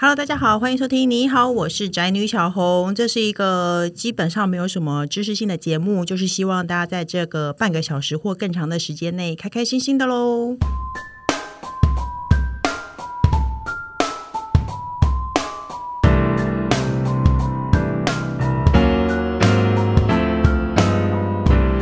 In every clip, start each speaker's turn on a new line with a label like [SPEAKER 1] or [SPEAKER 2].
[SPEAKER 1] Hello，大家好，欢迎收听。你好，我是宅女小红。这是一个基本上没有什么知识性的节目，就是希望大家在这个半个小时或更长的时间内开开心心的喽。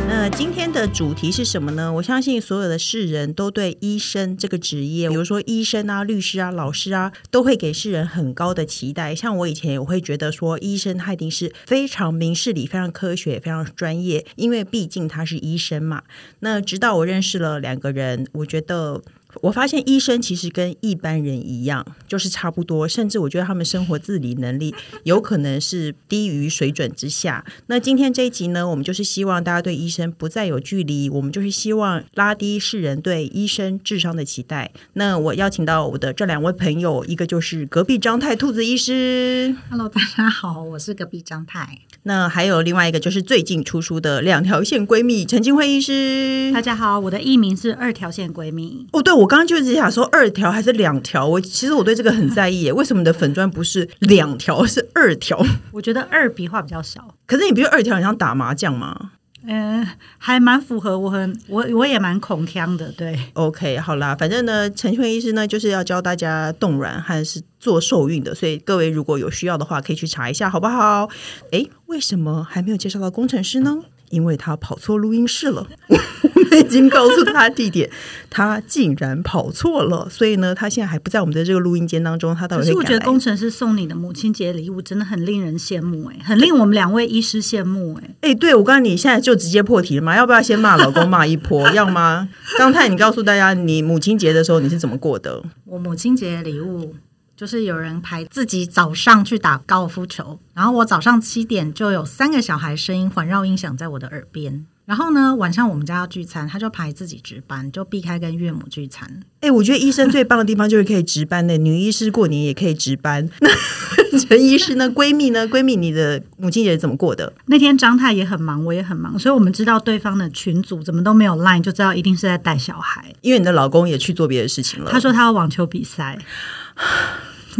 [SPEAKER 1] 那今天的主题是什么呢？我相信所有的世人都对医生这个职业，比如说医生啊、律师啊、老师啊，都会给世人很高的期待。像我以前也会觉得说，医生他一定是非常明事理、非常科学、非常专业，因为毕竟他是医生嘛。那直到我认识了两个人，我觉得。我发现医生其实跟一般人一样，就是差不多，甚至我觉得他们生活自理能力有可能是低于水准之下。那今天这一集呢，我们就是希望大家对医生不再有距离，我们就是希望拉低世人对医生智商的期待。那我邀请到我的这两位朋友，一个就是隔壁张太兔子医师，
[SPEAKER 2] Hello，大家好，我是隔壁张太。
[SPEAKER 3] 哎
[SPEAKER 1] 那还有另外一个就是最近出书的两条线闺蜜陈金慧医师
[SPEAKER 2] 大。家好，我的艺名是二条线闺蜜。
[SPEAKER 1] 哦，对，我刚刚就是想说二条还是两条，我其实我对这个很在意耶。为什么你的粉砖不是两条，是二条？
[SPEAKER 2] 我觉得二笔画比较少，
[SPEAKER 1] 可是你不是二条很像打麻将吗
[SPEAKER 2] 嗯、还蛮符合我很我我也蛮恐腔的，对，
[SPEAKER 1] ？OK，好啦，反正呢，陈慧医师呢就是要教大家冻卵和是做受孕的，所以各位如果有需要的话，可以去查一下，好不好？诶，为什么还没有介绍到工程师呢？因为他跑错录音室 了，我们已经告诉他地点，他竟然跑错了，所以呢，他现在还不在我们的这个录音间当中，他到
[SPEAKER 2] 可
[SPEAKER 1] 底
[SPEAKER 2] 是
[SPEAKER 1] 会
[SPEAKER 2] 我
[SPEAKER 1] 赶
[SPEAKER 2] 觉得
[SPEAKER 1] 来
[SPEAKER 2] 工程师送你的母亲节礼物真的很令人羡慕哎、很令我们两位医师羡慕哎、
[SPEAKER 1] 哎、对，我告诉你，现在就直接破题了嘛？要不要先骂老公骂一波？要吗？刚才你告诉大家，你母亲节的时候你是怎么过的？
[SPEAKER 3] 我母亲节的礼物就是有人排自己早上去打高尔夫球，然后我早上七点就有三个小孩声音环绕音响在我的耳边。然后呢，晚上我们家要聚餐，他就排自己值班，就避开跟岳母聚餐。
[SPEAKER 1] 哎、我觉得医生最棒的地方就是可以值班的，女医师过年也可以值班。那 陈医师呢？闺蜜呢？闺蜜，你的母亲节是怎么过的？
[SPEAKER 2] 那天张太也很忙，我也很忙，所以我们知道对方的群组怎么都没有 line，就知道一定是在带小孩。
[SPEAKER 1] 因为你的老公也去做别的事情了，
[SPEAKER 2] 他，说他要网球比赛，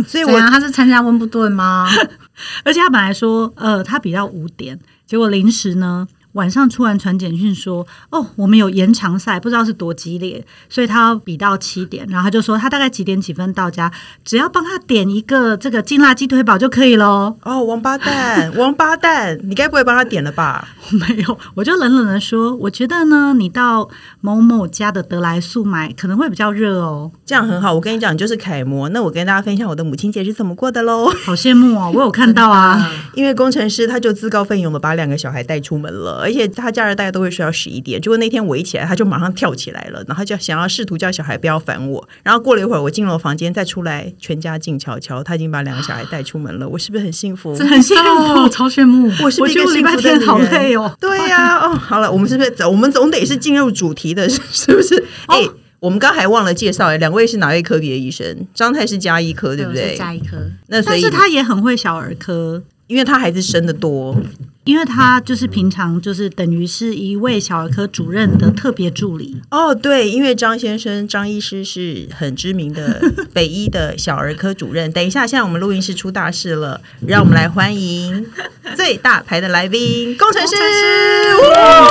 [SPEAKER 1] 所以
[SPEAKER 3] 对
[SPEAKER 1] 我
[SPEAKER 3] 啊，他是参加温布顿吗？
[SPEAKER 2] 而且他本来说，呃，他比到五点，结果临时呢，晚上突然传简讯说，哦，我们有延长赛，不知道是多激烈，所以他要比到七点，然后他就说他大概几点几分到家，只要帮他点一个这个劲辣鸡腿堡就可以喽。
[SPEAKER 1] 哦，王八蛋，王八蛋，你该不会帮他点了吧？
[SPEAKER 2] 没有，我就冷冷的说，我觉得呢，你到某某家的得来速买可能会比较热哦，
[SPEAKER 1] 这样很好，我跟你讲，你就是楷模。那我跟大家分享我的母亲节是怎么过的喽。
[SPEAKER 2] 好羡慕 哦，我有看到啊。
[SPEAKER 1] 因为工程师他就自告奋勇的把两个小孩带出门了，而且他假日大家都会睡到十一点。结果那天我一起来，他就马上跳起来了，然后就想要试图叫小孩不要烦我。然后过了一会儿，我进了房间再出来，全家静悄悄，他已经把两个小孩带出门了。我是不是很幸 福？
[SPEAKER 2] 很羡慕，超羡慕！
[SPEAKER 1] 我是不
[SPEAKER 2] 我
[SPEAKER 1] 是一个
[SPEAKER 2] 觉得我礼
[SPEAKER 1] 幸福
[SPEAKER 2] 拜
[SPEAKER 1] 的
[SPEAKER 2] 天
[SPEAKER 1] 女
[SPEAKER 2] 好
[SPEAKER 1] 人
[SPEAKER 2] 累哦。
[SPEAKER 1] 对呀、哦，好了，我们是不是我们总得是进入主题的，是是不是？哎、我们刚还忘了介绍，哎，两位是哪位科别的医生？张泰是加医科，对不
[SPEAKER 3] 我
[SPEAKER 1] 对
[SPEAKER 3] 是？加一颗，
[SPEAKER 1] 那所
[SPEAKER 2] 但
[SPEAKER 1] 以
[SPEAKER 2] 是他也很会小儿科，
[SPEAKER 1] 因为他孩子生的多，
[SPEAKER 2] 因为他就是平常就是等于是一位小儿科主任的特别助理，
[SPEAKER 1] 哦，对，因为张先生张医师是很知名 的北医的小儿科主任。等一下，现在我们录音室出大事了，让我们来欢 迎最大牌的来宾工程师。哇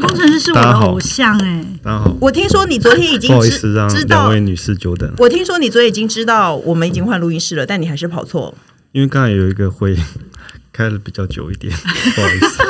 [SPEAKER 2] 工程师是我
[SPEAKER 4] 大
[SPEAKER 2] 的
[SPEAKER 4] 家好
[SPEAKER 2] 偶像哎、
[SPEAKER 4] 大家好，
[SPEAKER 1] 我听说你昨天已经
[SPEAKER 4] 不好意
[SPEAKER 1] 知
[SPEAKER 4] 思让
[SPEAKER 1] 知
[SPEAKER 4] 两
[SPEAKER 1] 道
[SPEAKER 4] 位，女士久等了，
[SPEAKER 1] 我听说你昨天已经知道我们已经换录音室了，但你还是跑错。
[SPEAKER 4] 因为刚才有一个会 开的比较久一 点，不好意思。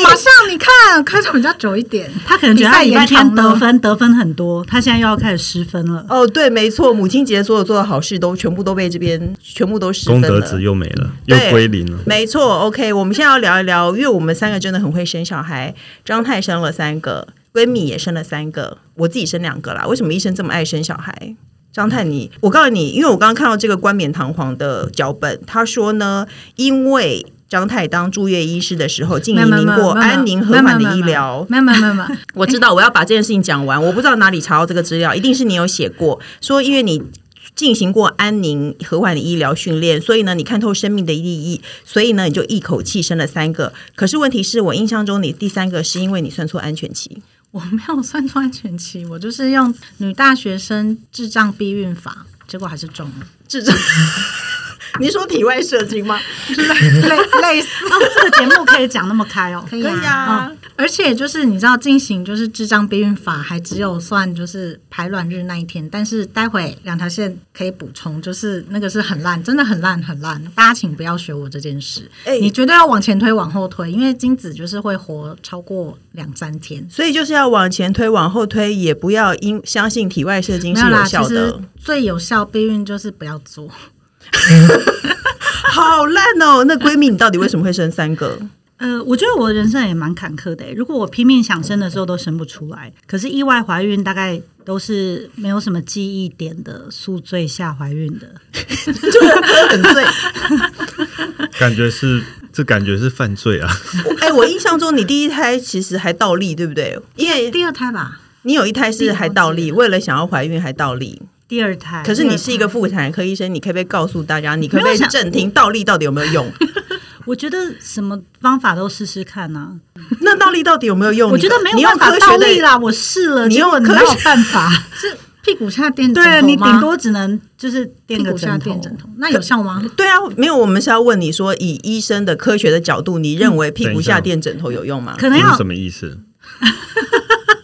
[SPEAKER 3] 马上你看，开场比较久一点。
[SPEAKER 2] 他可能觉得他
[SPEAKER 3] 比赛
[SPEAKER 2] 礼拜
[SPEAKER 3] 延
[SPEAKER 2] 天
[SPEAKER 3] 长了
[SPEAKER 2] 得分得分很多，他现在又要开始失分了。
[SPEAKER 1] 哦，对，没错，母亲节所有做的好事都全部都被这边全部都失
[SPEAKER 4] 功
[SPEAKER 1] 分了。
[SPEAKER 4] 德值又没了，又
[SPEAKER 1] 对
[SPEAKER 4] 归零了。
[SPEAKER 1] 没错，OK，我们现在要聊一聊，因为我们三个真的很会生小孩。张太生了三个，闺蜜也生了三个，我自己生两个啦。为什么医生这么爱生小孩？张太你，我告诉你，因为我刚刚看到这个冠冕堂皇的脚本，他说呢，因为张太当住院医师的时候，竟
[SPEAKER 3] 没
[SPEAKER 1] 移
[SPEAKER 3] 有没有
[SPEAKER 1] 民
[SPEAKER 3] 没有
[SPEAKER 1] 过
[SPEAKER 3] 没有
[SPEAKER 1] 安宁和
[SPEAKER 3] 没有没
[SPEAKER 1] 缓
[SPEAKER 3] 有
[SPEAKER 1] 的医
[SPEAKER 3] 没有
[SPEAKER 1] 疗。
[SPEAKER 3] 没有没有没有没 有，
[SPEAKER 1] 我知道，我要把这件事情讲完。我不知道哪里查到这个资料，一定是你有写过，说因为你进行过安宁和缓的医疗训练，所以呢，你看透生命的意义，所以呢，你就一口气生了三个。可是问题是我印象中你第三个是因为你算错安全期，
[SPEAKER 3] 我没有算出安全期，我就是用女大学生智障避孕法。结果还是中了，
[SPEAKER 1] 智障。你说体外射精吗？
[SPEAKER 3] 类 类似。
[SPEAKER 2] 哦，这个节目可以讲那么开哦。
[SPEAKER 1] 可
[SPEAKER 3] 可以啊，
[SPEAKER 1] 以啊，
[SPEAKER 3] 而且就是你知道，进行就是智障避孕法还只有算就是排卵日那一天，但是待会两条线可以补充，就是那个是很烂，真的很烂很烂，大家请不要学我这件事，
[SPEAKER 1] 哎
[SPEAKER 3] 你绝对要往前推往后推，因为精子就是会活超过两三天。
[SPEAKER 1] 所以就是要往前推，往后推，也不要因相信体外射精
[SPEAKER 3] 没
[SPEAKER 1] 是
[SPEAKER 3] 有啦，
[SPEAKER 1] 有
[SPEAKER 3] 其
[SPEAKER 1] 效
[SPEAKER 3] 实
[SPEAKER 1] 的。
[SPEAKER 3] 最有效避孕就是不要做，
[SPEAKER 1] 好烂哦！那闺蜜，你到底为什么会生三 个？
[SPEAKER 2] 呃，我觉得我的人生也蛮坎坷的欸。如果我拼命想生的时候都生不出来，可是意外怀孕大概都是没有什么记忆点的宿醉下怀孕的。
[SPEAKER 1] 很醉。
[SPEAKER 4] 感觉是这感觉是犯罪啊！
[SPEAKER 1] 哎、我印象中你第一胎其实还倒立，对不对？因为
[SPEAKER 3] 第二胎吧，
[SPEAKER 1] 你有一胎是还倒立，为了想要怀孕还倒立。
[SPEAKER 2] 第二胎，
[SPEAKER 1] 可是你是一个妇产科医生，你可不可以告诉大家，你可不
[SPEAKER 2] 没
[SPEAKER 1] 可
[SPEAKER 2] 有
[SPEAKER 1] 以
[SPEAKER 2] 想
[SPEAKER 1] 证听倒立到底有没有用？
[SPEAKER 2] 我觉得什么方法都试试看呐、
[SPEAKER 1] 那倒立到底有没有用？
[SPEAKER 2] 我觉得
[SPEAKER 1] 哦你
[SPEAKER 2] 没
[SPEAKER 1] 你
[SPEAKER 2] 有
[SPEAKER 1] 用
[SPEAKER 2] 办法
[SPEAKER 1] 科
[SPEAKER 2] 倒
[SPEAKER 1] 学
[SPEAKER 2] 立
[SPEAKER 1] 的，
[SPEAKER 2] 啦，我试了，
[SPEAKER 1] 你
[SPEAKER 2] 结
[SPEAKER 1] 用
[SPEAKER 2] 果你
[SPEAKER 1] 科
[SPEAKER 2] 哪有
[SPEAKER 1] 学
[SPEAKER 2] 办法？
[SPEAKER 3] 是屁股下垫枕头
[SPEAKER 2] 对你
[SPEAKER 3] 吗
[SPEAKER 2] 顶多只能就是垫
[SPEAKER 3] 屁
[SPEAKER 2] 个
[SPEAKER 3] 股下
[SPEAKER 2] 枕
[SPEAKER 3] 垫
[SPEAKER 2] 头。
[SPEAKER 3] 枕头，那有效吗？
[SPEAKER 1] 对啊，没有，我们是要问你说，以医生的科学的角度，你认为屁股下
[SPEAKER 4] 等一下
[SPEAKER 1] 垫枕头有用吗？
[SPEAKER 2] 可
[SPEAKER 4] 这
[SPEAKER 2] 能要
[SPEAKER 4] 是什么意思？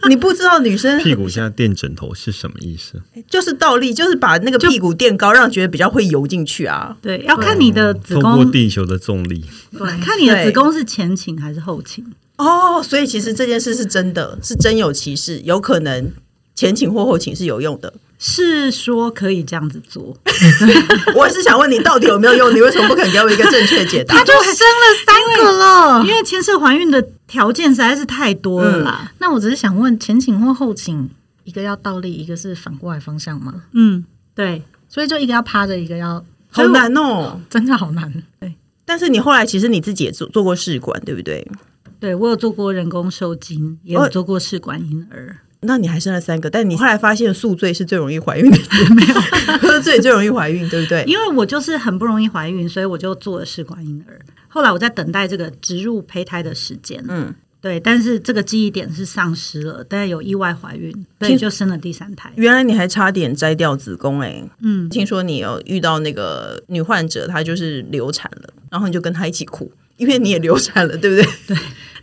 [SPEAKER 1] 你不知道女生
[SPEAKER 4] 屁股下垫枕头是什么意思？
[SPEAKER 1] 就是倒立，就是把那个屁股垫高，让觉得比较会游进去啊。
[SPEAKER 2] 对，要看你的子
[SPEAKER 4] 透过
[SPEAKER 2] 宫，
[SPEAKER 4] 地球的重力，
[SPEAKER 3] 对，
[SPEAKER 2] 看你的
[SPEAKER 1] 对
[SPEAKER 2] 子宫是前倾还是后倾。
[SPEAKER 1] 哦，所以其实这件事是真的，是真有其事，有可能前倾或后倾是有用的。
[SPEAKER 2] 是说可以这样子做，
[SPEAKER 1] 我是想问你到底有没有用？你为什么不肯给我一个正确解 答？
[SPEAKER 3] 他就生了三个了，
[SPEAKER 2] 因为牵涉怀孕的条件实在是太多了啦。
[SPEAKER 3] 那我只是想问，前倾或后倾，一个要倒立，一个是反过来方向吗？
[SPEAKER 2] 嗯，对，
[SPEAKER 3] 所以就一个要趴着，一个要
[SPEAKER 1] 好，
[SPEAKER 3] 所以我
[SPEAKER 1] 难哦。
[SPEAKER 3] 真的好难。
[SPEAKER 1] 但是你后来其实你自己也做做过试管，对不对？
[SPEAKER 2] 对我有做过人工受精，也有做过试管婴儿。
[SPEAKER 1] 那你还生了三个，但你后来发现宿醉是最容易怀孕的， 没有喝醉最容易怀孕，对不对？
[SPEAKER 2] 因为我就是很不容易怀孕，所以我就做了试管婴儿。后来我在等待这个植入胚胎的时间，
[SPEAKER 1] 嗯
[SPEAKER 2] 嗯，对，但是这个记忆点是丧失了，但有意外怀孕，所以就生了第三胎。
[SPEAKER 1] 原来你还差点摘掉子宫哎、
[SPEAKER 2] 嗯，
[SPEAKER 1] 听说你有遇到那个女患者，她就是流产了，然后你就跟她一起哭，因为你也流产了，对不对？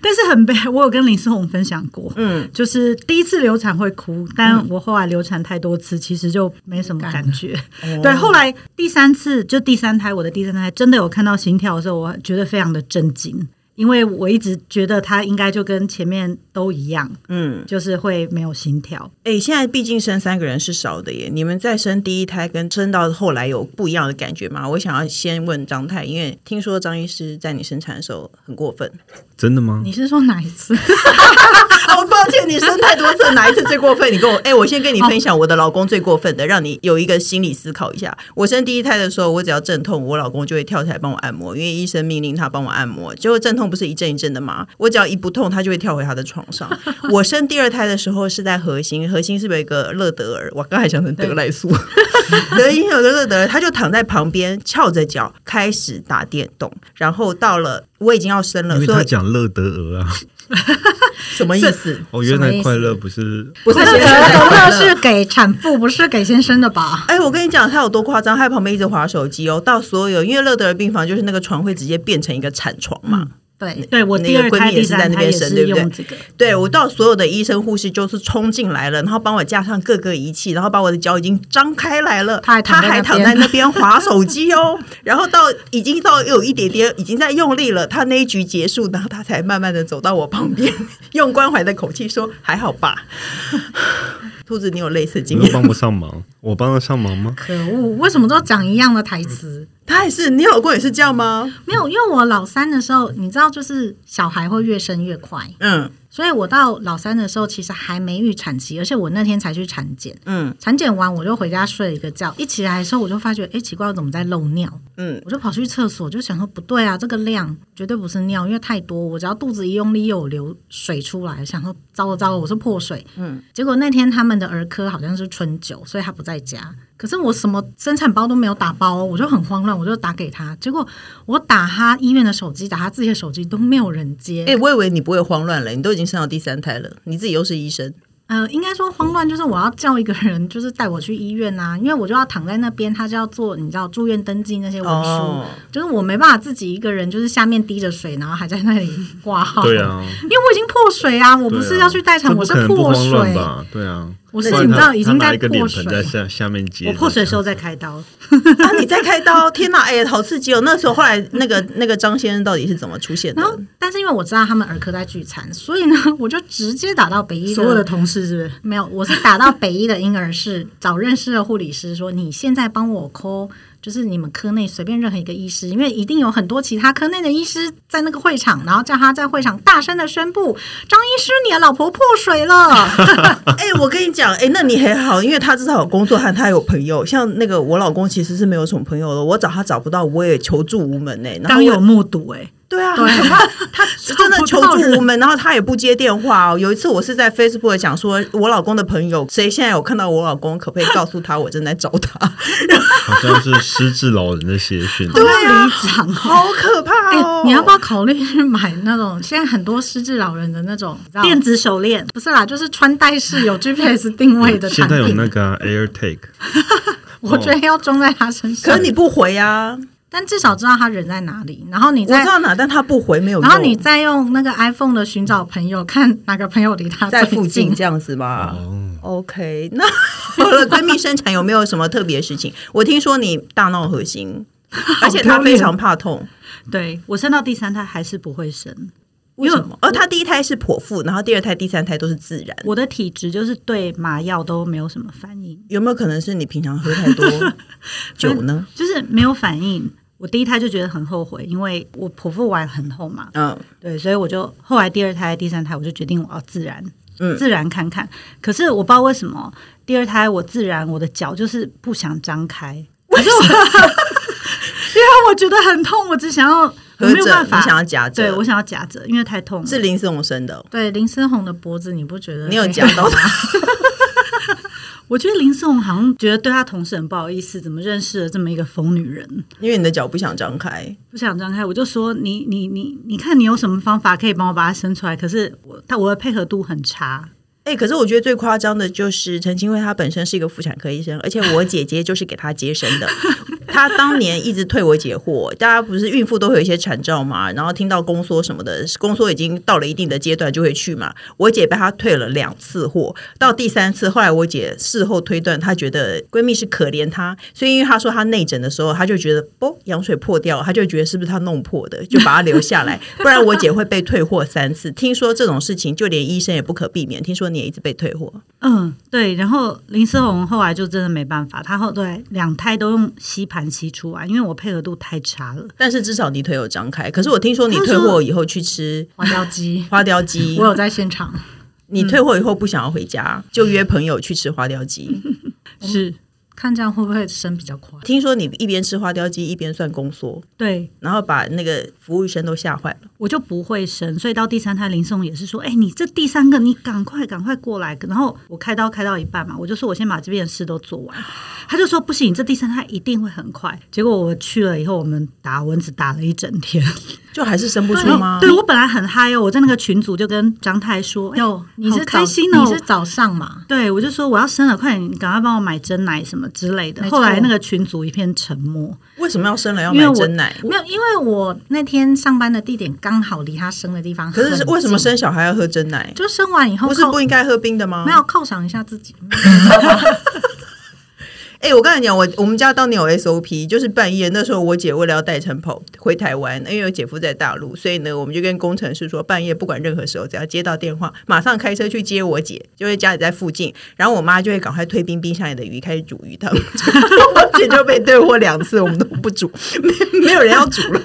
[SPEAKER 2] 但是很悲，我有跟林思宏分享过，
[SPEAKER 1] 嗯，
[SPEAKER 2] 就是第一次流产会哭，但我后来流产太多次，其实就没什么感觉。
[SPEAKER 1] 哦
[SPEAKER 2] 对，后来第三次就第三胎，我的第三胎真的有看到心跳的时候，我觉得非常的震惊，因为我一直觉得它应该就跟前面都一样，
[SPEAKER 1] 嗯，
[SPEAKER 2] 就是会没有心跳。
[SPEAKER 1] 哎、现在毕竟生三个人是少的耶。你们在生第一胎跟生到后来有不一样的感觉吗？我想要先问张太，因为听说张医师在你生产的时候很过分。
[SPEAKER 4] 真的吗？
[SPEAKER 3] 你是说哪一次？
[SPEAKER 1] 好抱歉，你生太多次，哪一次最过分？你跟我，哎、我先跟你分享我的老公最过分的，让你有一个心理思考一下。我生第一胎的时候，我只要阵痛，我老公就会跳起来帮我按摩，因为医生命令他帮我按摩。结果阵痛不是一阵一阵的吗？我只要一不痛，他就会跳回他的床 上。我生第二胎的时候是在核心，核心是不是有一个乐德尔？我刚才想成德莱素， 德心有个乐德尔，他就躺在旁边翘着脚开始打电动，然后到了我已经要生了
[SPEAKER 4] 因，为
[SPEAKER 1] 所
[SPEAKER 4] 他
[SPEAKER 1] 以
[SPEAKER 4] 讲乐德尔啊，
[SPEAKER 1] 什么意思？
[SPEAKER 4] 哦，原
[SPEAKER 3] 什么
[SPEAKER 4] 来
[SPEAKER 3] 意思
[SPEAKER 4] 快乐不是
[SPEAKER 1] 不
[SPEAKER 3] 快乐
[SPEAKER 1] 先生的
[SPEAKER 3] 得
[SPEAKER 1] 快乐
[SPEAKER 3] 乐是给产妇，不是给先生的吧？
[SPEAKER 1] 哎、我跟你讲，他有多夸张，他在旁边一直划手机哦，到所有因为乐德尔病房就是那个床会直接变成一个产床嘛。
[SPEAKER 3] 嗯对，
[SPEAKER 2] 对我
[SPEAKER 1] 那
[SPEAKER 2] 第
[SPEAKER 1] 个
[SPEAKER 2] 二
[SPEAKER 1] 闺
[SPEAKER 2] 胎、
[SPEAKER 1] 蜜也
[SPEAKER 2] 第
[SPEAKER 1] 是在
[SPEAKER 2] 三
[SPEAKER 1] 那
[SPEAKER 2] 胎
[SPEAKER 1] 边
[SPEAKER 2] 也
[SPEAKER 1] 生
[SPEAKER 2] 是
[SPEAKER 1] 对不对
[SPEAKER 2] 用这个，
[SPEAKER 1] 对我到所有的医生护士就是冲进来了，然后帮我架上各个仪器，然后把我的脚已经张开来了，
[SPEAKER 3] 他还躺在
[SPEAKER 1] 还
[SPEAKER 3] 那
[SPEAKER 1] 躺
[SPEAKER 3] 边
[SPEAKER 1] 在那边划手机哦， 然后到已经到有一点点已经在用力了，他那一局结束，然后他才慢慢的走到我旁边， 用关怀的口气说：“还好吧。” 兔子，你有类似
[SPEAKER 4] 你
[SPEAKER 1] 经
[SPEAKER 4] 又
[SPEAKER 1] 验？
[SPEAKER 4] 帮不上忙，我帮得上忙吗？
[SPEAKER 3] 可恶，为什么都讲一样的台词？
[SPEAKER 1] 他也是，你老公也是这样吗？
[SPEAKER 3] 没有，因为我老三的时候，你知道，就是小孩会越生越快，
[SPEAKER 1] 嗯
[SPEAKER 3] 所以我到老三的时候，其实还没预产期，而且我那天才去产检，
[SPEAKER 1] 嗯
[SPEAKER 3] 产检完我就回家睡了一个觉，一起来的时候我就发觉，哎，奇怪，我怎么在漏尿？
[SPEAKER 1] 嗯，
[SPEAKER 3] 我就跑去厕所，就想说不对啊，这个量绝对不是尿，因为太多，我只要肚子一用力又有流水出来，想说糟了糟了，我是破水。嗯，结果那天他们的儿科好像是春酒，所以他不在家。可是我什么生产包都没有打包哦，我就很慌乱，我就打给他。结果我打他医院的手机，打他自己的手机都没有人接。
[SPEAKER 1] 哎、我以为你不会慌乱了，你都已经生到第三胎了，你自己又是医生，
[SPEAKER 3] 呃，应该说慌乱就是我要叫一个人，就是带我去医院啊，因为我就要躺在那边，他就要做你知道住院登记那些文书，
[SPEAKER 1] 哦，
[SPEAKER 3] 就是我没办法自己一个人，就是下面滴着水，然后还在那里挂号。
[SPEAKER 4] 对，啊，
[SPEAKER 3] 因为我已经破水啊，哦我不是要去代
[SPEAKER 4] 他
[SPEAKER 3] 产，我
[SPEAKER 4] 不
[SPEAKER 3] 是
[SPEAKER 4] 可能不
[SPEAKER 3] 破
[SPEAKER 4] 慌乱
[SPEAKER 3] 水，
[SPEAKER 4] 吧？对啊，
[SPEAKER 3] 我是
[SPEAKER 4] 不然
[SPEAKER 3] 紧
[SPEAKER 4] 他
[SPEAKER 3] 张已经
[SPEAKER 4] 他拿
[SPEAKER 3] 在
[SPEAKER 4] 一个
[SPEAKER 3] 破
[SPEAKER 4] 脸盆在
[SPEAKER 3] 水。
[SPEAKER 4] 下下面接着，
[SPEAKER 2] 我破水的时候再开刀，
[SPEAKER 1] 啊，你在开刀，天哪，哎、好刺激哦！那时候后来那个那个张先生到底是怎么出现的
[SPEAKER 3] 然？后，但是因为我知道他们儿科在聚餐，所以呢，我就直接打到北医
[SPEAKER 2] 所有的同事是不是？
[SPEAKER 3] 没有，我是打到北医的婴儿室找认识的护理师说，你现在帮我 call，就是你们科内随便任何一个医师，因为一定有很多其他科内的医师在那个会场，然后叫他在会场大声的宣布：“张医师，你的老婆破水了。
[SPEAKER 1] 哎、我跟你讲，哎、那你还好，因为他至少有工作，和他有朋友。像那个我老公其实是没有什么朋友的，我找他找不到，我也求助无门呢、然后
[SPEAKER 2] 刚
[SPEAKER 1] 我
[SPEAKER 2] 有目睹哎、
[SPEAKER 1] 对啊，很可 怕。他真的求助无门，然后他也不接电话哦。有一次我是在 Facebook 讲说，我老公的朋友谁现在有看到我老公，可不可以告诉他我正在找 他？
[SPEAKER 4] 好像是失智老人的血讯，
[SPEAKER 2] 对啊，里长哦
[SPEAKER 1] 好可怕
[SPEAKER 3] 哎，
[SPEAKER 1] 哦！
[SPEAKER 3] 你要不要考虑去买那种现在很多失智老人的那种你知道
[SPEAKER 2] 电子手链，
[SPEAKER 3] 不是啦，就是穿戴式有 GPS 定位的
[SPEAKER 4] 现
[SPEAKER 3] 产
[SPEAKER 4] 在有
[SPEAKER 3] 品，
[SPEAKER 4] 那个啊 AirTag，
[SPEAKER 3] 我觉得要装在他身
[SPEAKER 1] 可
[SPEAKER 3] 上
[SPEAKER 1] 是，你不回啊？
[SPEAKER 3] 但至少知道他人在哪里，然后你
[SPEAKER 1] 我
[SPEAKER 3] 在
[SPEAKER 1] 知道哪，但他不回没有用。
[SPEAKER 3] 然后你再用那个 iPhone 的寻找朋友，看哪个朋友离他
[SPEAKER 1] 在
[SPEAKER 3] 最
[SPEAKER 1] 附近
[SPEAKER 3] 近。
[SPEAKER 1] 这样子吧。
[SPEAKER 4] 哦
[SPEAKER 1] OK，那好了，闺蜜生产有没有什么特别的事情？ 我听说你大闹核心，而且她非常怕痛。
[SPEAKER 2] 对我生到第三胎还是不会生，
[SPEAKER 1] 为
[SPEAKER 2] 因
[SPEAKER 1] 什
[SPEAKER 2] 为
[SPEAKER 1] 么？而哦她第一胎是剖腹，然后第二胎、第三胎都是自然。
[SPEAKER 2] 我的体质就是对麻药都没有什么反应，
[SPEAKER 1] 有没有可能是你平常喝太多酒 呢？
[SPEAKER 2] 就是没有反应。我第一胎就觉得很后悔，因为我剖腹完很痛嘛，
[SPEAKER 1] 嗯，
[SPEAKER 2] 对，所以我就后来第二胎、第三胎，我就决定我要自然，
[SPEAKER 1] 嗯
[SPEAKER 2] 自然看看。可是我不知道为什么第二胎我自然我的脚就是不想张开，可是 我因为我觉得很痛，我只想要我
[SPEAKER 1] 合
[SPEAKER 2] 没有
[SPEAKER 1] 着
[SPEAKER 2] 办
[SPEAKER 1] 你
[SPEAKER 2] 法，
[SPEAKER 1] 想要夹着，
[SPEAKER 2] 对我想要夹着，因为太痛了。
[SPEAKER 1] 是林思宏生的哦，
[SPEAKER 3] 对林思宏的脖子，你不觉得？
[SPEAKER 1] 你有夹到他？
[SPEAKER 2] 我觉得林思宏好像觉得对他同事很不好意思，怎么认识了这么一个疯女人？
[SPEAKER 1] 因为你的脚不想张开，
[SPEAKER 2] 不想张开，我就说你你你你看你有什么方法可以帮我把它生出来？可是我但我的配合度很差，
[SPEAKER 1] 哎、可是我觉得最夸张的就是陈清慧，她本身是一个妇产科医生，而且我姐姐就是给她接生的。她当年一直退我姐货，大家不是孕妇都会有一些产兆嘛，然后听到宫缩什么的，宫缩已经到了一定的阶段就会去嘛。我姐被她退了两次货，到第三次，后来我姐事后推断，她觉得闺蜜是可怜她，所以因为她说她内诊的时候，她就觉得不羊水破掉，她就觉得是不是她弄破的，就把它留下来， 不然我姐会被退货三次。听说这种事情就连医生也不可避免，听说你也一直被退货。
[SPEAKER 2] 嗯，对。然后林思宏后来就真的没办法，他后来两胎都用吸盘吸出来，因为我配合度太差了。
[SPEAKER 1] 但是至少你腿有张开。可是我听说你退货以后去吃，
[SPEAKER 3] 花椒鸡
[SPEAKER 1] 花雕鸡
[SPEAKER 3] 我，有在现场。
[SPEAKER 1] 你
[SPEAKER 2] 嗯
[SPEAKER 1] 退货以后不想要回家，就约朋友去吃花雕 鸡。
[SPEAKER 2] 是，
[SPEAKER 3] 看这样会不会生比较快？
[SPEAKER 1] 听说你一边吃花雕鸡一边算宫缩，
[SPEAKER 2] 对，
[SPEAKER 1] 然后把那个服务生都吓坏了。
[SPEAKER 2] 我就不会生，所以到第三胎林松也是说，哎、你这第三个你赶快赶快过来，然后我开刀开到一半嘛，我就说我先把这边的事都做完，他就说不行，你这第三胎一定会很快。结果我去了以后，我们打蚊子打了一整天，
[SPEAKER 1] 就还是生不出吗？
[SPEAKER 2] 对我本来很嗨哦，我在那个群组就跟张太说，哎
[SPEAKER 3] 有，你
[SPEAKER 2] 好
[SPEAKER 3] 是
[SPEAKER 2] 开
[SPEAKER 3] 早
[SPEAKER 2] 心哦
[SPEAKER 3] 你是早上嘛？
[SPEAKER 2] 对，我就说我要生了，快点，你赶快帮我买真奶什么之类的。
[SPEAKER 3] 没
[SPEAKER 2] 后来
[SPEAKER 3] 错
[SPEAKER 2] 那个群组一片沉默，
[SPEAKER 1] 为什么要生了要
[SPEAKER 2] 因为
[SPEAKER 1] 买
[SPEAKER 2] 我
[SPEAKER 1] 真奶？
[SPEAKER 3] 没有，因为我那天上班的地点刚好离他生的地方
[SPEAKER 1] 可
[SPEAKER 3] 很近。
[SPEAKER 1] 是为什么生小孩要喝真奶？
[SPEAKER 3] 就生完以后
[SPEAKER 1] 不是
[SPEAKER 3] 犒
[SPEAKER 1] 不应该喝冰的吗？
[SPEAKER 3] 没有犒赏一下自己？
[SPEAKER 1] 哎、我跟你讲，我我们家当年有 SOP，就是半夜那时候，我姐为了要带晨跑回台湾，因为我姐夫在大陆，所以呢，我们就跟工程师说，半夜不管任何时候，只要接到电话，马上开车去接我姐，就会家里在附近，然后我妈就会赶快退冰冰箱里的鱼，开始煮鱼汤。 我姐就被对货两次，我们都不煮，没没有人要煮了。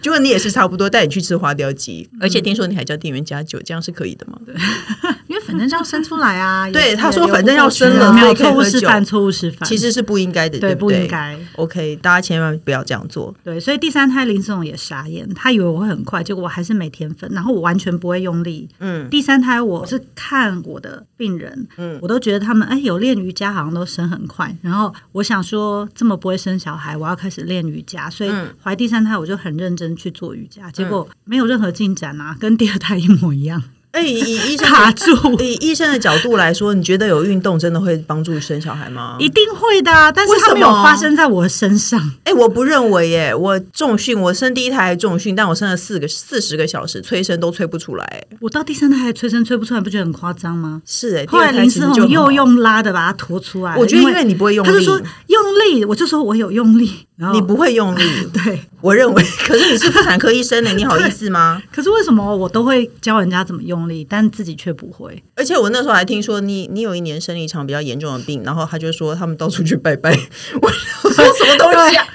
[SPEAKER 1] 结果你也是差不多，带你去吃花雕鸡，而且听说你还叫店员加酒，这样是可以的
[SPEAKER 2] 嗯
[SPEAKER 1] 吗？
[SPEAKER 3] 因为反正就要生出来 啊。也
[SPEAKER 1] 对
[SPEAKER 3] 也
[SPEAKER 1] 他说
[SPEAKER 3] 流不
[SPEAKER 1] 反正要
[SPEAKER 3] 过去
[SPEAKER 1] 生了
[SPEAKER 3] 啊
[SPEAKER 2] 没
[SPEAKER 1] 所
[SPEAKER 2] 有
[SPEAKER 1] 以可以
[SPEAKER 2] 错误
[SPEAKER 1] 喝
[SPEAKER 2] 示
[SPEAKER 1] 酒
[SPEAKER 2] 范，错误示范，
[SPEAKER 1] 其实是不应该的，
[SPEAKER 2] 对
[SPEAKER 1] 对
[SPEAKER 2] 不应。该。
[SPEAKER 1] OK，大家千万不要这样做。
[SPEAKER 2] 对，所以第三胎林总也傻眼，他以为我会很快，结果我还是没天分，然后我完全不会用力。
[SPEAKER 1] 嗯，
[SPEAKER 2] 第三胎我是看我的病人，
[SPEAKER 1] 嗯
[SPEAKER 2] 我都觉得他们哎有练瑜伽好像都生很快，然后我想说这么不会生小孩，我要开始练瑜伽，所以
[SPEAKER 1] 嗯
[SPEAKER 2] 怀第三胎我就很认真去做瑜伽，结果没有任何进展啊，跟第二胎一模一样。
[SPEAKER 1] 哎，以以医生
[SPEAKER 2] 卡住。
[SPEAKER 1] 以医生的角度来说，你觉得有运动真的会帮助生小孩吗？
[SPEAKER 2] 一定会的啊，但是
[SPEAKER 1] 为什
[SPEAKER 2] 它没有
[SPEAKER 1] 么
[SPEAKER 2] 发生在我身上。
[SPEAKER 1] 哎、我不认为耶，我重训，我生第一胎还重训，但我生了四个四十个小时，催生都催不出来。哎
[SPEAKER 2] 我到第三胎还催生催不出来，不觉得很夸张吗？
[SPEAKER 1] 是哎，
[SPEAKER 2] 后来
[SPEAKER 1] 第二胎
[SPEAKER 2] 林
[SPEAKER 1] 其
[SPEAKER 2] 思
[SPEAKER 1] 实就
[SPEAKER 2] 宏
[SPEAKER 1] 很
[SPEAKER 2] 又
[SPEAKER 1] 好，
[SPEAKER 2] 用拉的把它拖出来了，
[SPEAKER 1] 我觉得因为你不会用
[SPEAKER 2] 他就
[SPEAKER 1] 力，
[SPEAKER 2] 说用力，我就说我有用力，然后，
[SPEAKER 1] 你不会用力
[SPEAKER 2] 对。
[SPEAKER 1] 我认为。 可是你是妇产科医生呢，你好意思吗？
[SPEAKER 2] 可是为什么我都会教人家怎么用力，但自己却不 会？
[SPEAKER 1] 而且我那时候还听说你，你有一年生了一场比较严重的病，然后他就说他们到处去拜拜， 我我说什么东西啊？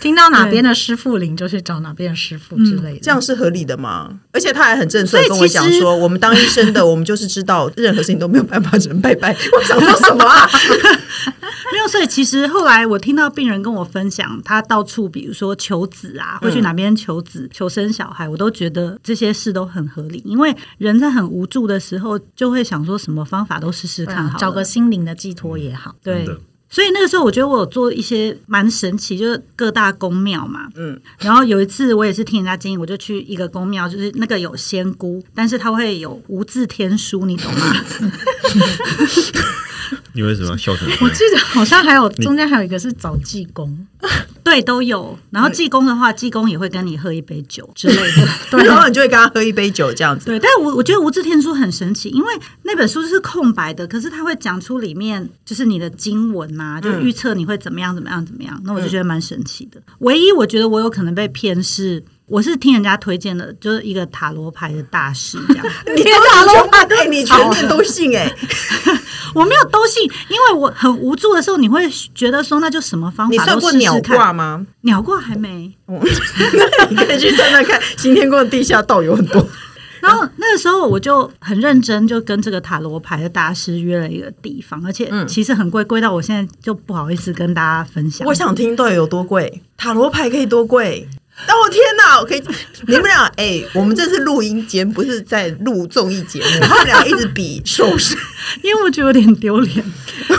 [SPEAKER 3] 听到哪边的师傅灵，就去找哪边的师傅之类的。
[SPEAKER 1] 嗯这样是合理的吗？而且他还很正式
[SPEAKER 2] 所以
[SPEAKER 1] 地跟我
[SPEAKER 2] 其
[SPEAKER 1] 讲
[SPEAKER 2] 实
[SPEAKER 1] 说，我们当医生 的，我们就是知道任何事情都没有办法只能拜 拜。我想说什么 啊？
[SPEAKER 2] 没有，所以其实后来我听到病人跟我分享，他到处比如说求子
[SPEAKER 1] 嗯
[SPEAKER 2] 啊，会去哪边求子、求生小孩，我都觉得这些事都很合理，因为人在很无助的时候，就会想说什么方法都试试
[SPEAKER 3] 对
[SPEAKER 2] 看
[SPEAKER 3] 啊
[SPEAKER 2] 好了，
[SPEAKER 3] 找个心灵的寄托也好。
[SPEAKER 2] 对
[SPEAKER 4] 真的。
[SPEAKER 2] 所以那个时候，我觉得我有做一些蛮神奇，就是各大宫庙嘛，嗯，然后有一次我也是听人家建议，我就去一个宫庙，就是那个有仙姑，但是它会有无字天书，你懂吗？
[SPEAKER 4] 你为什么要笑成这样？
[SPEAKER 3] 我记得好像还有中间还有一个是找济公，
[SPEAKER 2] 对，都有。然后济公的话，济公也会跟你喝一杯酒之类的，对
[SPEAKER 1] 然后你就会跟他喝一杯酒这样子。
[SPEAKER 2] 对，但我我觉得《无字天书》很神奇，因为那本书是空白的，可是它会讲出里面就是你的经文呐、就
[SPEAKER 1] 嗯
[SPEAKER 2] 预测你会怎么样怎么样怎么样。那我就觉得蛮神奇的。唯一我觉得我有可能被骗是，我是听人家推荐的，就是一个塔罗牌的大师这 样。
[SPEAKER 1] 你都打龙牌，哎，你全面都信哎、
[SPEAKER 2] 我没有都信，因为我很无助的时候，你会觉得说那就什么方
[SPEAKER 1] 你
[SPEAKER 2] 法
[SPEAKER 1] 算
[SPEAKER 2] 都
[SPEAKER 1] 过
[SPEAKER 2] 试
[SPEAKER 1] 鸟
[SPEAKER 2] 试看。
[SPEAKER 1] 卦吗？
[SPEAKER 2] 鸟卦还没，
[SPEAKER 1] 你可以去算算看，行天宫的地下道有很多。
[SPEAKER 2] 然后那个时候我就很认真，就跟这个塔罗牌的大师约了一个地方，而且
[SPEAKER 1] 嗯
[SPEAKER 2] 其实很贵，贵到我现在就不好意思跟大家分享。
[SPEAKER 1] 我想听到底有多贵，塔罗牌可以多贵？哦我天哪！我可以，你们俩哎、我们这是录音间，不是在录综艺节目。他们俩一直比手势，
[SPEAKER 2] 因为我觉得有点 丢脸，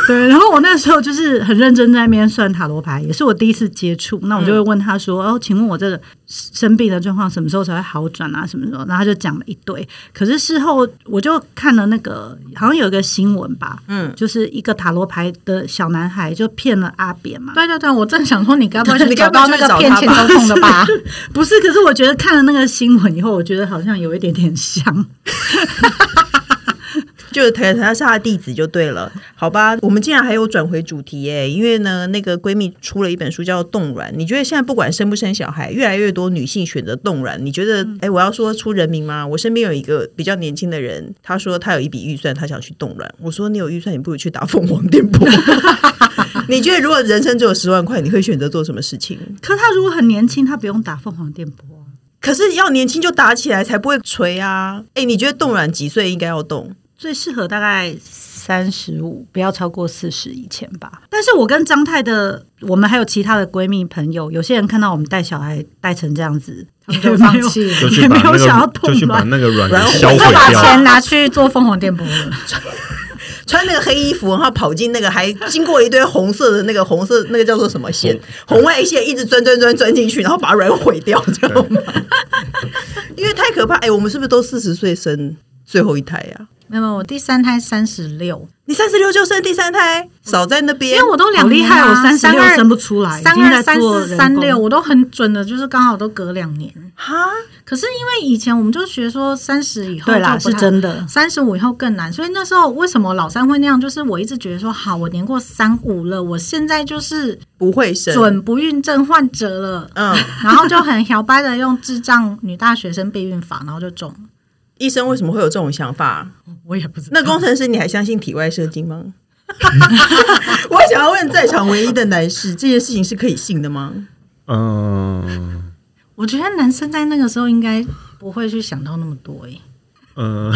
[SPEAKER 2] 对。然后我那时候就是很认真在那边算塔罗牌，也是我第一次接触。那我就会问他说：“
[SPEAKER 1] 嗯
[SPEAKER 2] 哦，请问我这个生病的状况什么时候才会好转啊？什么时候？”然后他就讲了一堆。可是事后我就看了那个，好像有一个新闻吧，嗯，就是一个塔罗牌的小男孩就骗了阿扁嘛，
[SPEAKER 3] 对对对，我正想说你该不会
[SPEAKER 1] 你
[SPEAKER 3] 去
[SPEAKER 1] 该
[SPEAKER 3] 找
[SPEAKER 1] 不会去
[SPEAKER 3] 到那
[SPEAKER 1] 找
[SPEAKER 3] 个
[SPEAKER 1] 他吧
[SPEAKER 3] 骗钱抽痛的吧？
[SPEAKER 2] 不是，可是我觉得看了那个新闻以后，我觉得好像有一点点像。
[SPEAKER 1] 就是台台是他的弟子就对了，好吧？我们竟然还有转回主题耶、因为呢，那个闺蜜出了一本书叫《冻卵》，你觉得现在不管生不生小孩，越来越多女性选择冻卵，你觉得？哎、我要说出人名吗？我身边有一个比较年轻的人，他说他有一笔预算，他想去冻卵。我说你有预算，你不如去打凤凰电波。 你觉得如果人生只有十万块，你会选择做什么事情？
[SPEAKER 2] 可他如果很年轻，他不用打凤凰电波啊，
[SPEAKER 1] 可是要年轻就打起来，才不会垂啊！哎、你觉得冻卵几岁应该要冻？
[SPEAKER 2] 最适合大概三十五，不要超过四十以前吧。但是我跟张太的，我们还有其他的闺蜜朋友，有些人看到我们带小孩带成这样子，
[SPEAKER 3] 他们就放 弃了
[SPEAKER 4] 就去
[SPEAKER 2] 也
[SPEAKER 4] 把
[SPEAKER 2] 没
[SPEAKER 4] 那
[SPEAKER 2] 有
[SPEAKER 4] 个
[SPEAKER 2] 想要
[SPEAKER 4] 就
[SPEAKER 2] 动
[SPEAKER 4] 去把
[SPEAKER 2] 乱。
[SPEAKER 4] 那个软
[SPEAKER 1] 然后
[SPEAKER 4] 给销
[SPEAKER 1] 我
[SPEAKER 4] 毁
[SPEAKER 1] 就
[SPEAKER 3] 就把钱
[SPEAKER 4] 掉。
[SPEAKER 3] 拿去做凤凰电波了。
[SPEAKER 1] 穿那个黑衣服，然后跑进那个，还经过一堆红色的那个红色那个叫做什么线，红外线一直钻钻钻钻进去，然后把卵毁掉，知道
[SPEAKER 3] 嗯
[SPEAKER 1] 吗？ 因为太可怕。哎、我们是不是都四十岁生最后一胎呀、
[SPEAKER 3] 没有，没有我第三胎三十六，
[SPEAKER 1] 你三十六就生第三胎，少在那边。
[SPEAKER 3] 因为我都两
[SPEAKER 2] 哎好厉
[SPEAKER 3] 年啊
[SPEAKER 2] 害哦，三十六
[SPEAKER 3] 32
[SPEAKER 2] 生不出来，
[SPEAKER 3] 三
[SPEAKER 2] 已经
[SPEAKER 3] 二、
[SPEAKER 2] 在
[SPEAKER 3] 三
[SPEAKER 2] 做
[SPEAKER 3] 四、
[SPEAKER 2] 人
[SPEAKER 3] 三
[SPEAKER 2] 工
[SPEAKER 3] 六，我都很准的，就是刚好都隔两年。
[SPEAKER 1] 哈，
[SPEAKER 3] 可是因为以前我们就学说三十以后
[SPEAKER 2] 对啦，是真的。
[SPEAKER 3] 三十五以后更难，所以那时候为什么老三会那样？就是我一直觉得说，好，我年过三五了，我现在就是
[SPEAKER 1] 不会生。
[SPEAKER 3] 准不孕症患者了，
[SPEAKER 1] 嗯，
[SPEAKER 3] 然后就很摇摆的用智障女大学生避孕法，然后就中了。
[SPEAKER 1] 医生为什么会有这种想法？
[SPEAKER 3] 我也不知道，
[SPEAKER 1] 那工程师，你还相信体外射精吗？ 我想要问在场唯一的男士，这件事情是可以信的吗？
[SPEAKER 4] 嗯
[SPEAKER 3] 我觉得男生在那个时候应该不会去想到那么多、欸，
[SPEAKER 4] 呃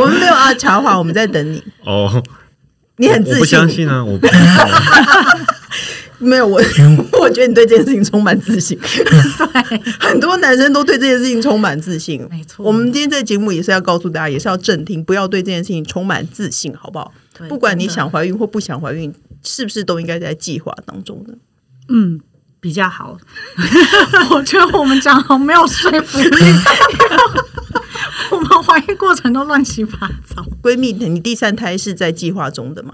[SPEAKER 1] 我们没有啊，茶华，我们在等你。
[SPEAKER 4] 哦，
[SPEAKER 1] 你很
[SPEAKER 4] 我
[SPEAKER 1] 自
[SPEAKER 4] 不
[SPEAKER 1] 信，
[SPEAKER 4] 相信啊，我不相信啊
[SPEAKER 1] 没有我，
[SPEAKER 3] 嗯
[SPEAKER 1] 我觉得你对这件事情充满自信。对， 很多男生都对这件事情充满自信。
[SPEAKER 3] 没错
[SPEAKER 1] 我们今天这个节目也是要告诉大家，也是要正听，不要对这件事情充满自信，好不好？
[SPEAKER 3] 对
[SPEAKER 1] 不管你
[SPEAKER 3] 真的
[SPEAKER 1] 想怀孕或不想怀孕，是不是都应该在计划当中的？
[SPEAKER 2] 嗯，比较好。
[SPEAKER 3] 我觉得我们讲好没有说服力。我们怀孕过程都乱七八糟。
[SPEAKER 1] 闺蜜，你第三胎是在计划中的吗？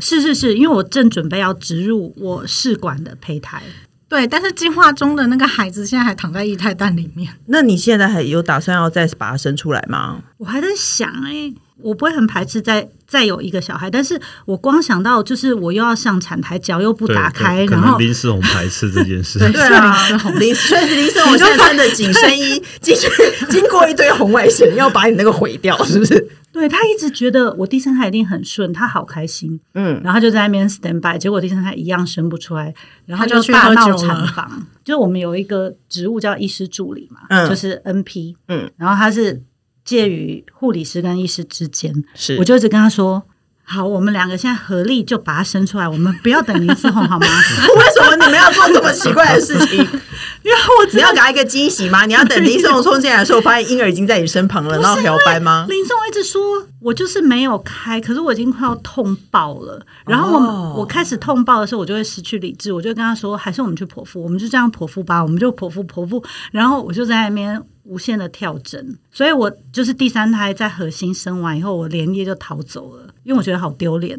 [SPEAKER 2] 是是是，因为我正准备要植入我试管的胚胎，
[SPEAKER 3] 对，但是计划中的那个孩子现在还躺在液态蛋里面。
[SPEAKER 1] 那你现在还有打算要再把它生出来吗？
[SPEAKER 2] 我还在想哎、我不会很排斥再再有一个小孩，但是我光想到就是我又要上产台，脚又不
[SPEAKER 4] 对
[SPEAKER 2] 打
[SPEAKER 4] 可
[SPEAKER 2] 开，
[SPEAKER 4] 可
[SPEAKER 2] 然
[SPEAKER 4] 能
[SPEAKER 2] 后
[SPEAKER 4] 林思宏排斥这件事。
[SPEAKER 1] 对啊， 林所以林生，我现在穿的紧身衣进去，经过一堆红外线，要把你那个毁掉，是不是？
[SPEAKER 2] 对他一直觉得我第三胎一定很顺，他好开心，
[SPEAKER 1] 嗯，
[SPEAKER 2] 然后就在那边 stand by，结果第三胎一样生不出来，然后
[SPEAKER 3] 他就去
[SPEAKER 2] 大
[SPEAKER 3] 喝
[SPEAKER 2] 闹
[SPEAKER 3] 酒
[SPEAKER 2] 产
[SPEAKER 3] 了
[SPEAKER 2] 房。就是我们有一个职务叫医师助理嘛，
[SPEAKER 1] 嗯
[SPEAKER 2] 就是 NP，
[SPEAKER 1] 嗯，
[SPEAKER 2] 然后他是介于护理师跟医师之间，
[SPEAKER 1] 是
[SPEAKER 2] 我就一直跟他说。好，我们两个现在合力就把它生出来，我们不要等林思宏好吗？
[SPEAKER 1] 为什么你们要做这么奇怪的事情？因为我只要给他一个惊喜吗？你要等林松冲进来的时候，发现婴儿已经在你身旁了，然后摇摆吗？
[SPEAKER 2] 林总一直说，我就是没有开，可是我已经快要痛爆了。然后我、
[SPEAKER 1] 哦
[SPEAKER 2] 我开始痛爆的时候，我就会失去理智，我就跟他说，还是我们去剖腹，我们就这样剖腹吧，我们就剖腹剖腹。然后我就在那边无限的跳针，所以我就是第三胎在核心生完以后，我连夜就逃走了，因为我觉得好丢脸。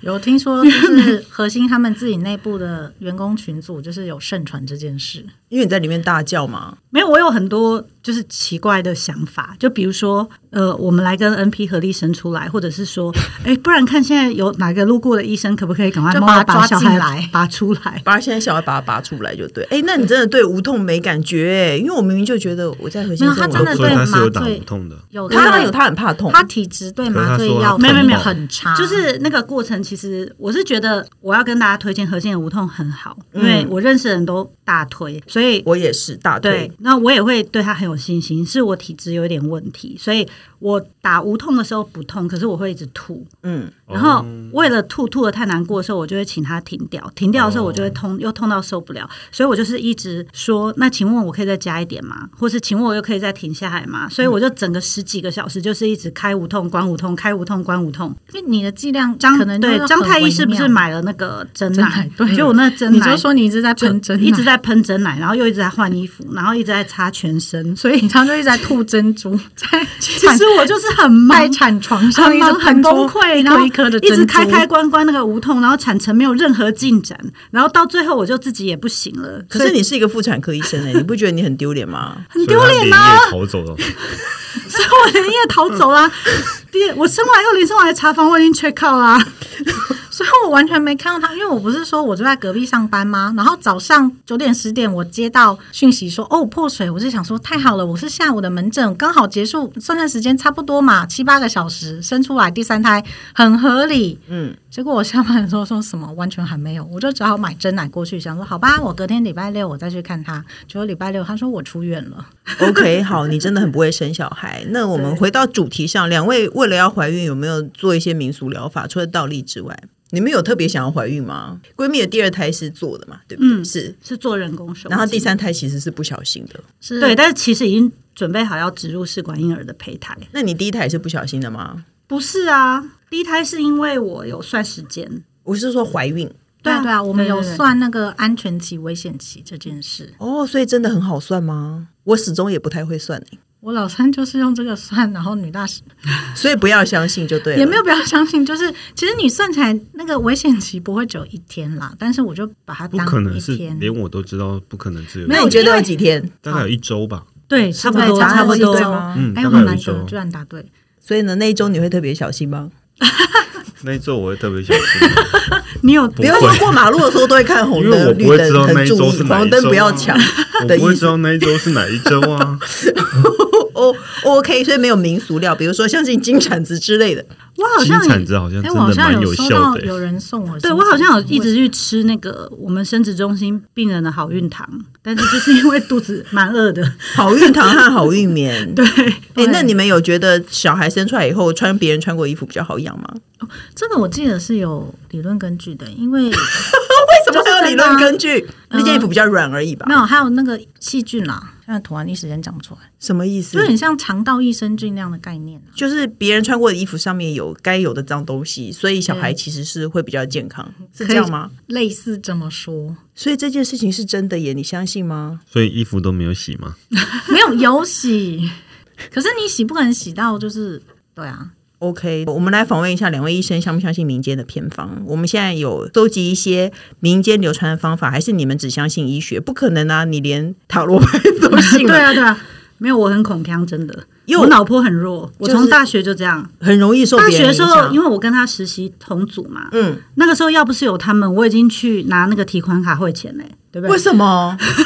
[SPEAKER 3] 有听说，就是核心他们自己内部的员工群组，就是有盛传这件事。
[SPEAKER 1] 因为你在里面大叫嘛。
[SPEAKER 2] 没有，我有很多就是奇怪的想法，就比如说，呃，我们来跟 NP 合力生出来，或者是说，哎，不然看现在有哪个路过的医生，可不可以赶快
[SPEAKER 3] 就
[SPEAKER 2] 帮
[SPEAKER 3] 把
[SPEAKER 2] 我
[SPEAKER 3] 他抓
[SPEAKER 2] 小
[SPEAKER 3] 进
[SPEAKER 2] 孩
[SPEAKER 3] 来
[SPEAKER 2] 拔出来？
[SPEAKER 1] 把现在小孩把它拔出来就对。哎、那你真的对无痛没感觉、欸？因为我明明就觉得我在核心
[SPEAKER 3] 没有他
[SPEAKER 1] 生
[SPEAKER 3] 真的
[SPEAKER 4] 所以
[SPEAKER 3] 对
[SPEAKER 4] 他是有
[SPEAKER 3] 麻
[SPEAKER 4] 打
[SPEAKER 3] 醉
[SPEAKER 4] 无痛的，
[SPEAKER 3] 有
[SPEAKER 1] 他有他很怕痛，
[SPEAKER 3] 他体质对麻醉药
[SPEAKER 2] 啊是
[SPEAKER 4] 可
[SPEAKER 2] 他说
[SPEAKER 3] 反应
[SPEAKER 2] 没有没有
[SPEAKER 3] 很差，
[SPEAKER 2] 就是那个过程，其实我是觉得我要跟大家推荐核心的无痛很好，因
[SPEAKER 3] 嗯
[SPEAKER 2] 为我认识的人都大推，所以
[SPEAKER 1] 我也是大
[SPEAKER 2] 对
[SPEAKER 1] 腿，，
[SPEAKER 2] 那我也会对他很有信心。是我体质有一点问题，所以我打无痛的时候不痛，可是我会一直吐。
[SPEAKER 1] 嗯，
[SPEAKER 2] 然后
[SPEAKER 4] 哦
[SPEAKER 2] 为了吐吐的太难过的时候，我就会请他停掉。停掉的时候，我
[SPEAKER 3] 哦
[SPEAKER 2] 就会痛，又痛到受不了，所以我就是一直说：“那请问我可以再加一点吗？或是请问我又可以再停下来吗？”所以我就
[SPEAKER 3] 嗯
[SPEAKER 2] 整个十几个小时就是一直开无痛、关无痛、开无痛、关无痛。
[SPEAKER 3] 因为你的剂量
[SPEAKER 2] 张
[SPEAKER 3] 可能
[SPEAKER 2] 对
[SPEAKER 3] 就是
[SPEAKER 2] 张
[SPEAKER 3] 很
[SPEAKER 2] 太医
[SPEAKER 3] 微
[SPEAKER 2] 是不是
[SPEAKER 3] 妙？
[SPEAKER 2] 买了那个针
[SPEAKER 3] 针
[SPEAKER 2] 奶
[SPEAKER 3] 奶？对
[SPEAKER 2] 就我那针
[SPEAKER 3] 你
[SPEAKER 2] 奶
[SPEAKER 3] 就说你一直在
[SPEAKER 2] 就
[SPEAKER 3] 喷针，
[SPEAKER 2] 一直，在喷针奶，然后又一直在换衣服，然后一直在擦全身，所以
[SPEAKER 3] 你常就一直在吐珍 珠，在
[SPEAKER 2] 其实我就是很忙
[SPEAKER 3] 在。产床上
[SPEAKER 2] 很
[SPEAKER 3] 一
[SPEAKER 2] 忙
[SPEAKER 3] 直
[SPEAKER 2] 很
[SPEAKER 3] 喷
[SPEAKER 2] 崩
[SPEAKER 3] 出
[SPEAKER 2] 溃，
[SPEAKER 3] 一
[SPEAKER 2] 然后
[SPEAKER 3] 颗一颗的
[SPEAKER 2] 一
[SPEAKER 3] 珍珠，
[SPEAKER 2] 直开开关关那个无痛，然后产程没有任何进展，然后到最后我就自己也不行了。
[SPEAKER 1] 可
[SPEAKER 2] 所
[SPEAKER 1] 是
[SPEAKER 2] 以
[SPEAKER 1] 你是一个妇产科医生哎、你不觉得你很丢脸吗？
[SPEAKER 2] 很丢脸
[SPEAKER 4] 所以他
[SPEAKER 2] 吗？
[SPEAKER 4] 连夜逃走 了，
[SPEAKER 2] 所以我连夜逃走啦。第二我生完又连生完还查房，我已经 check out 啊啦。
[SPEAKER 3] 所以我完全没看到他，因为我不是说我就在隔壁上班吗？然后早上九点十点我接到讯息说哦破水，我是想说太好了，我是下午的门诊刚好结束，算算时间差不多嘛，七八个小时生出来第三胎很合理。
[SPEAKER 1] 嗯，
[SPEAKER 3] 结果我下班的时候说什么完全还没有，我就只好买真奶过去，想说好吧，我隔天礼拜六我再去看他。结果礼拜六他说我出院了，
[SPEAKER 1] OK，好，你真的很不会生小孩。那我们回到主题上，两位为了要怀孕，有没有做一些民俗疗法？除了倒立之外，你们有特别想要怀孕吗？闺蜜的第二胎是做的嘛，对不对？
[SPEAKER 2] 嗯
[SPEAKER 1] 是。
[SPEAKER 2] 是做人工手术，
[SPEAKER 1] 然后第三胎其实是不小心的，
[SPEAKER 3] 是
[SPEAKER 2] 对，但是其实已经准备好要植入试管婴儿的胚胎。
[SPEAKER 1] 那你第一胎也是不小心的吗？
[SPEAKER 2] 不是啊，第一胎是因为我有算时间，
[SPEAKER 1] 我是说怀孕
[SPEAKER 3] 对啊
[SPEAKER 2] 对
[SPEAKER 3] 对啊，我们有
[SPEAKER 2] 对对对
[SPEAKER 3] 算那个安全期、危险期这件事。
[SPEAKER 1] 哦，所以真的很好算吗？我始终也不太会算、欸、
[SPEAKER 3] 我老三就是用这个算，然后女大
[SPEAKER 1] 所以不要相信就对了。
[SPEAKER 3] 也没有不要相信，就是其实你算起来那个危险期不会只有一天啦，但是我就把它
[SPEAKER 4] 不
[SPEAKER 3] 当
[SPEAKER 4] 可能
[SPEAKER 3] 一
[SPEAKER 4] 是
[SPEAKER 3] 天。
[SPEAKER 4] 连我都知道，不可能只有
[SPEAKER 1] 那你觉得有几天？哎
[SPEAKER 4] 大概有一周吧。
[SPEAKER 2] 对，差不多，
[SPEAKER 3] 对
[SPEAKER 2] 差不
[SPEAKER 3] 差不
[SPEAKER 1] 对
[SPEAKER 3] 多
[SPEAKER 2] 多。
[SPEAKER 1] 吗？
[SPEAKER 4] 嗯，
[SPEAKER 3] 哎，
[SPEAKER 4] 大
[SPEAKER 3] 好
[SPEAKER 4] 概有
[SPEAKER 3] 难
[SPEAKER 4] 一
[SPEAKER 3] 得
[SPEAKER 4] 周。
[SPEAKER 3] 居然答对，
[SPEAKER 1] 所以呢，那一周你会特别小心吗？
[SPEAKER 4] 那一周我会特别小心，
[SPEAKER 2] 你有
[SPEAKER 1] 比如说过马路的时候都会看红
[SPEAKER 4] 因为我
[SPEAKER 1] 灯、
[SPEAKER 4] 不
[SPEAKER 1] 绿
[SPEAKER 4] 会知
[SPEAKER 1] 灯，
[SPEAKER 4] 道那
[SPEAKER 1] 很
[SPEAKER 4] 一
[SPEAKER 1] 注
[SPEAKER 4] 周
[SPEAKER 1] 意，
[SPEAKER 4] 是哪一周啊
[SPEAKER 1] 黄灯不要抢。
[SPEAKER 4] 我不会知道那一周是哪一周啊。
[SPEAKER 1] 哦，OK，所以没有民俗料，比如说像是金铲子之类的。
[SPEAKER 2] 我好
[SPEAKER 4] 金
[SPEAKER 2] 像
[SPEAKER 4] 铲子好像
[SPEAKER 3] 哎，
[SPEAKER 4] 真
[SPEAKER 3] 我好
[SPEAKER 4] 的
[SPEAKER 3] 像
[SPEAKER 4] 蛮
[SPEAKER 3] 有收
[SPEAKER 4] 效
[SPEAKER 3] 到
[SPEAKER 4] 的欸、
[SPEAKER 3] 有人送我，
[SPEAKER 2] 对我好像有一直去吃那个我们生殖中心病人的好运糖，但是就是因为肚子蛮饿的，
[SPEAKER 1] 好运糖和好运 棉。
[SPEAKER 2] 对，
[SPEAKER 1] 哎、那你们有觉得小孩生出来以后穿别人穿过衣服比较好养吗？
[SPEAKER 3] 这个我记得是有理论根据的，因为
[SPEAKER 1] 为什么
[SPEAKER 3] 就是
[SPEAKER 1] 还有理
[SPEAKER 3] 真的啊
[SPEAKER 1] 论根据？
[SPEAKER 4] 嗯
[SPEAKER 1] 那件衣服比较软而已吧
[SPEAKER 3] 没？有还有那个细菌啦， 现在突然一时间讲不出来，
[SPEAKER 1] 什么意
[SPEAKER 3] 就
[SPEAKER 1] 思？
[SPEAKER 3] 很像肠道益生菌那样的概念啊。
[SPEAKER 1] 就是别人穿过的衣服上面有该有的脏东西，所以小孩其实是会比较健康，是这样吗？
[SPEAKER 3] 类似这么 说，
[SPEAKER 1] 所以这件事情是真的耶，你相信吗？
[SPEAKER 4] 所以衣服都没有洗吗？
[SPEAKER 3] 没有有洗，可是你洗不可能洗到就是对啊，
[SPEAKER 1] OK，我们来访问一下两位医生，相不相信民间的偏方？我们现在有搜集一些民间流传的方法，还是你们只相信医学？不可能啊！你连塔罗牌都信
[SPEAKER 2] 对
[SPEAKER 1] 了，
[SPEAKER 2] 啊，对啊，没有，我很恐腔，真的，
[SPEAKER 1] 因为
[SPEAKER 2] 我脑波很弱，我
[SPEAKER 1] 就是
[SPEAKER 2] 从大学就这样。
[SPEAKER 1] 很容易受
[SPEAKER 2] 大
[SPEAKER 1] 别
[SPEAKER 2] 学
[SPEAKER 1] 人
[SPEAKER 2] 的
[SPEAKER 1] 影
[SPEAKER 2] 时候，
[SPEAKER 1] 响。
[SPEAKER 2] 因为我跟他实习同组嘛，
[SPEAKER 1] 嗯，
[SPEAKER 2] 那个时候要不是有他们，我已经去拿那个提款卡汇钱嘞、对不
[SPEAKER 1] 为
[SPEAKER 2] 对？
[SPEAKER 1] 什么？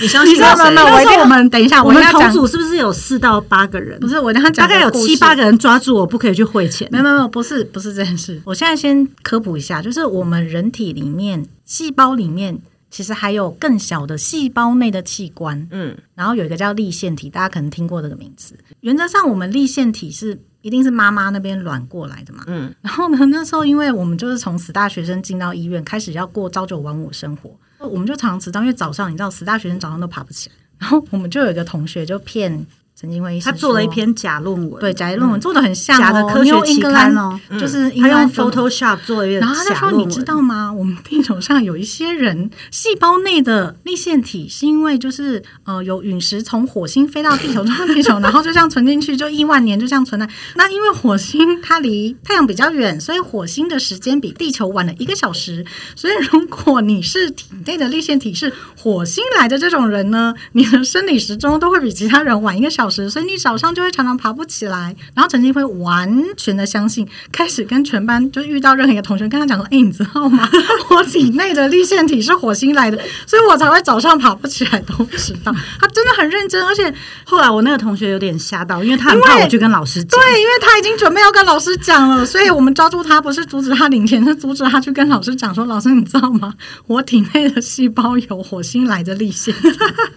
[SPEAKER 1] 你相
[SPEAKER 3] 你
[SPEAKER 1] 信
[SPEAKER 3] 知道
[SPEAKER 1] 了
[SPEAKER 3] 吗？那
[SPEAKER 1] 谁？
[SPEAKER 3] 我一定我们等一下，
[SPEAKER 2] 我
[SPEAKER 3] 一
[SPEAKER 2] 们
[SPEAKER 3] 定要
[SPEAKER 2] 同
[SPEAKER 3] 讲，
[SPEAKER 2] 组是不是有四到八个人？
[SPEAKER 3] 不是我一定要讲
[SPEAKER 2] 大
[SPEAKER 3] 个
[SPEAKER 2] 概有
[SPEAKER 3] 故
[SPEAKER 2] 七
[SPEAKER 3] 事
[SPEAKER 2] 八个人抓住我不可以去汇钱。
[SPEAKER 3] 没有没有没有，不是不是这件事。我现在先科普一下，就是我们人体里面细胞里面其实还有更小的细胞内的器官，
[SPEAKER 1] 嗯，
[SPEAKER 3] 然后有一个叫立腺体，大家可能听过这个名字。原则上，我们立腺体是一定是妈妈那边卵过来的嘛，
[SPEAKER 1] 嗯。
[SPEAKER 3] 然后呢，那时候因为我们就是从死大学生进到医院，开始要过朝九晚五生活，我们就常常迟到，因为早上你知道死大学生早上都爬不起来，然后我们就有一个同学就骗陈金辉医生
[SPEAKER 2] 他
[SPEAKER 3] 说，
[SPEAKER 2] 做了一篇假论文，
[SPEAKER 3] 对假论文，做的很像、
[SPEAKER 2] 嗯
[SPEAKER 3] 哦、
[SPEAKER 2] 假的科学
[SPEAKER 3] 牛英
[SPEAKER 2] 期
[SPEAKER 3] 格
[SPEAKER 2] 刊
[SPEAKER 3] 兰
[SPEAKER 2] 哦，
[SPEAKER 3] 就是
[SPEAKER 2] 他用
[SPEAKER 3] 头。
[SPEAKER 2] Photoshop 做了一个
[SPEAKER 3] 然后他就
[SPEAKER 2] 假
[SPEAKER 3] 说：“
[SPEAKER 2] 论
[SPEAKER 3] 你
[SPEAKER 2] 文，
[SPEAKER 3] 知道吗？我们地球上有一些人细胞内的立腺体，是因为就是呃有陨石从火星飞到地球，撞到地球，然后就这样存进去，就亿万年就这样存在。 那因为火星它离太阳比较远，所以火星的时间比地球晚了一个小时。所以如果你是体内的立腺体是火星来的这种人呢，你的生理时钟都会比其他人晚一个小时，所以你早上就会常常爬不起来。然后陈金辉完全的相信，开始跟全班就遇到任何一个同学跟他讲说：“哎、你知道吗？ 我体内的立腺体是火星来的，所以我才会早上爬不起来。”都不知道，他真的很认真，而且
[SPEAKER 2] 后来我那个同学有点吓到，因为他很怕
[SPEAKER 3] 因为
[SPEAKER 2] 我去跟老师讲。
[SPEAKER 3] 对，因为他已经准备要跟老师讲了，所以我们抓住他不是阻止他领钱，是阻止他去跟老师讲说：“老师，你知道吗？我体内的细胞有火星来的立腺。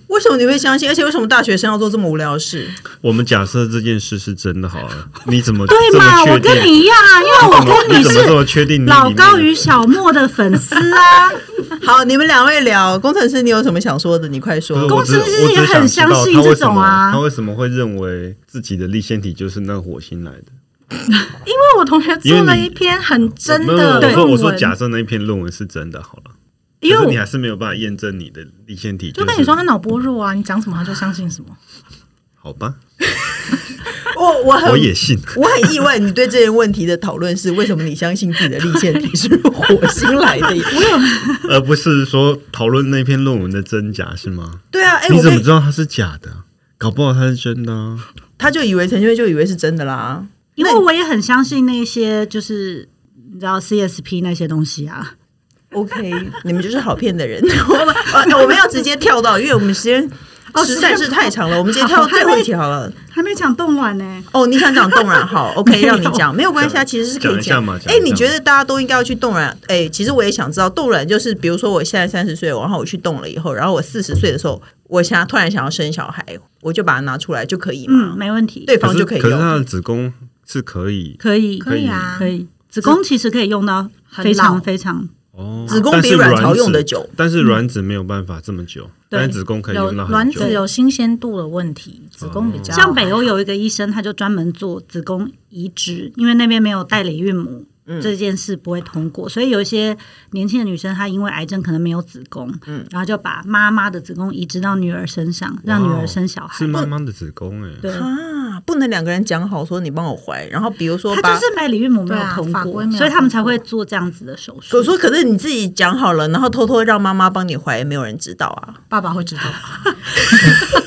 [SPEAKER 1] 为什么你会相信？而且为什么大学生要做这么无聊的 事？
[SPEAKER 4] 我们假设这件事是真的好了，你怎 么
[SPEAKER 2] 对
[SPEAKER 4] 这
[SPEAKER 2] 嘛，
[SPEAKER 4] 么
[SPEAKER 2] 我
[SPEAKER 4] 确定？
[SPEAKER 2] 跟你一样啊，因为
[SPEAKER 4] 怎
[SPEAKER 2] 我
[SPEAKER 4] 么
[SPEAKER 2] 跟
[SPEAKER 4] 你怎么
[SPEAKER 2] 是
[SPEAKER 4] 这么确定你里面
[SPEAKER 2] 老
[SPEAKER 4] 有
[SPEAKER 2] 高与小莫的粉丝啊。
[SPEAKER 1] 好，你们两位聊工程师，你有什么想说的？你快
[SPEAKER 4] 不是
[SPEAKER 1] 说。
[SPEAKER 4] 我只
[SPEAKER 2] 公司是
[SPEAKER 4] 我只
[SPEAKER 2] 也很
[SPEAKER 4] 想知道
[SPEAKER 2] 相信
[SPEAKER 4] 他为
[SPEAKER 2] 这
[SPEAKER 4] 什么
[SPEAKER 2] 种啊
[SPEAKER 4] 他为什么会认为自己的立腺体就是那火星来的？”
[SPEAKER 3] 因为我同学做了一篇很真
[SPEAKER 4] 没有
[SPEAKER 3] 的
[SPEAKER 4] 没有我说
[SPEAKER 3] 论文，
[SPEAKER 4] 我说假设那一篇论文是真的好了，
[SPEAKER 2] 因
[SPEAKER 4] 可是
[SPEAKER 2] 为
[SPEAKER 4] 你
[SPEAKER 2] 我
[SPEAKER 4] 还是没有办法验证你的立腺体、
[SPEAKER 3] 就是跟你说他脑波弱啊，你讲什么他就相信什么。
[SPEAKER 4] 好吧，
[SPEAKER 1] 我我很
[SPEAKER 4] 我也信。
[SPEAKER 1] 我很意外，你对这些问题的讨论是为什么你相信自己的立腺体是火星来 的？
[SPEAKER 4] 而不是说讨论那篇论文的真假是吗？
[SPEAKER 1] 对啊，哎、
[SPEAKER 4] 你
[SPEAKER 1] 我
[SPEAKER 4] 怎么
[SPEAKER 1] 跟
[SPEAKER 4] 知道它是假的？搞不好它是真的、啊。
[SPEAKER 1] 他就以为陈俊威就以为是真的啦。
[SPEAKER 2] 因为我也很相信那些就是你知道 CSP 那些东西啊，
[SPEAKER 1] OK，你们就是好骗的人。 我们呃，我们要直接跳到，因为我们时间
[SPEAKER 2] 哦
[SPEAKER 1] 实在是太长了，我们直接跳到最后一题好了。
[SPEAKER 2] 还没讲冻卵呢、
[SPEAKER 1] 哦，你想讲冻卵好，OK，让你讲，没有关系啊，
[SPEAKER 4] 讲
[SPEAKER 1] 其实是可以
[SPEAKER 4] 讲一下嘛讲
[SPEAKER 1] 哎
[SPEAKER 4] 一，下
[SPEAKER 1] 你觉得大家都应该要去冻卵？哎，其实我也想知道，冻卵就是比如说我现在三十岁，然后我去冻了以后，然后我四十岁的时候，我想突然想要生小孩，我就把它拿出来就可以
[SPEAKER 2] 嗯，
[SPEAKER 1] 嘛？
[SPEAKER 2] 没问题，
[SPEAKER 1] 对
[SPEAKER 4] 可
[SPEAKER 1] 方
[SPEAKER 4] 是
[SPEAKER 1] 就可以
[SPEAKER 4] 是它
[SPEAKER 1] 用。
[SPEAKER 4] 的子宫是可以
[SPEAKER 2] 可以，
[SPEAKER 4] 可以
[SPEAKER 3] 啊，
[SPEAKER 2] 可以，子宫其实可以用到
[SPEAKER 3] 很
[SPEAKER 2] 非
[SPEAKER 3] 老
[SPEAKER 2] 常非常
[SPEAKER 4] 哦，
[SPEAKER 1] 子宫
[SPEAKER 4] 但
[SPEAKER 1] 比
[SPEAKER 4] 是
[SPEAKER 1] 卵
[SPEAKER 4] 卵
[SPEAKER 1] 巢用
[SPEAKER 4] 子
[SPEAKER 1] 得久，嗯
[SPEAKER 4] 但是卵子没有办法这么久，但是子宫可以
[SPEAKER 3] 有
[SPEAKER 4] 用到
[SPEAKER 3] 卵
[SPEAKER 4] 很久
[SPEAKER 3] 子。有新鲜度的问题，子宫比较
[SPEAKER 2] 哦像北欧有一个医生，他就专门做子宫移植，因为那边没有代理孕母。
[SPEAKER 3] 嗯
[SPEAKER 2] 这件事不会通过，所以有一些年轻的女生，她因为癌症可能没有子宫，
[SPEAKER 3] 嗯
[SPEAKER 2] 然后就把妈妈的子宫移植到女儿身上，
[SPEAKER 3] 哦
[SPEAKER 2] 让女儿生小孩
[SPEAKER 4] 是。妈妈的子宫哎、
[SPEAKER 2] 对，
[SPEAKER 1] 啊，不能两个人讲好说你帮我怀，然后比如说
[SPEAKER 2] 她
[SPEAKER 1] 把
[SPEAKER 2] 就是代理孕母没有通
[SPEAKER 3] 对啊法
[SPEAKER 2] 过，
[SPEAKER 3] 规没有
[SPEAKER 2] 所以他们才会做这样子的手术
[SPEAKER 1] 我。说，可是你自己讲好了，然后偷偷让妈妈帮你怀，也没有人知道啊。
[SPEAKER 3] 爸爸会知道。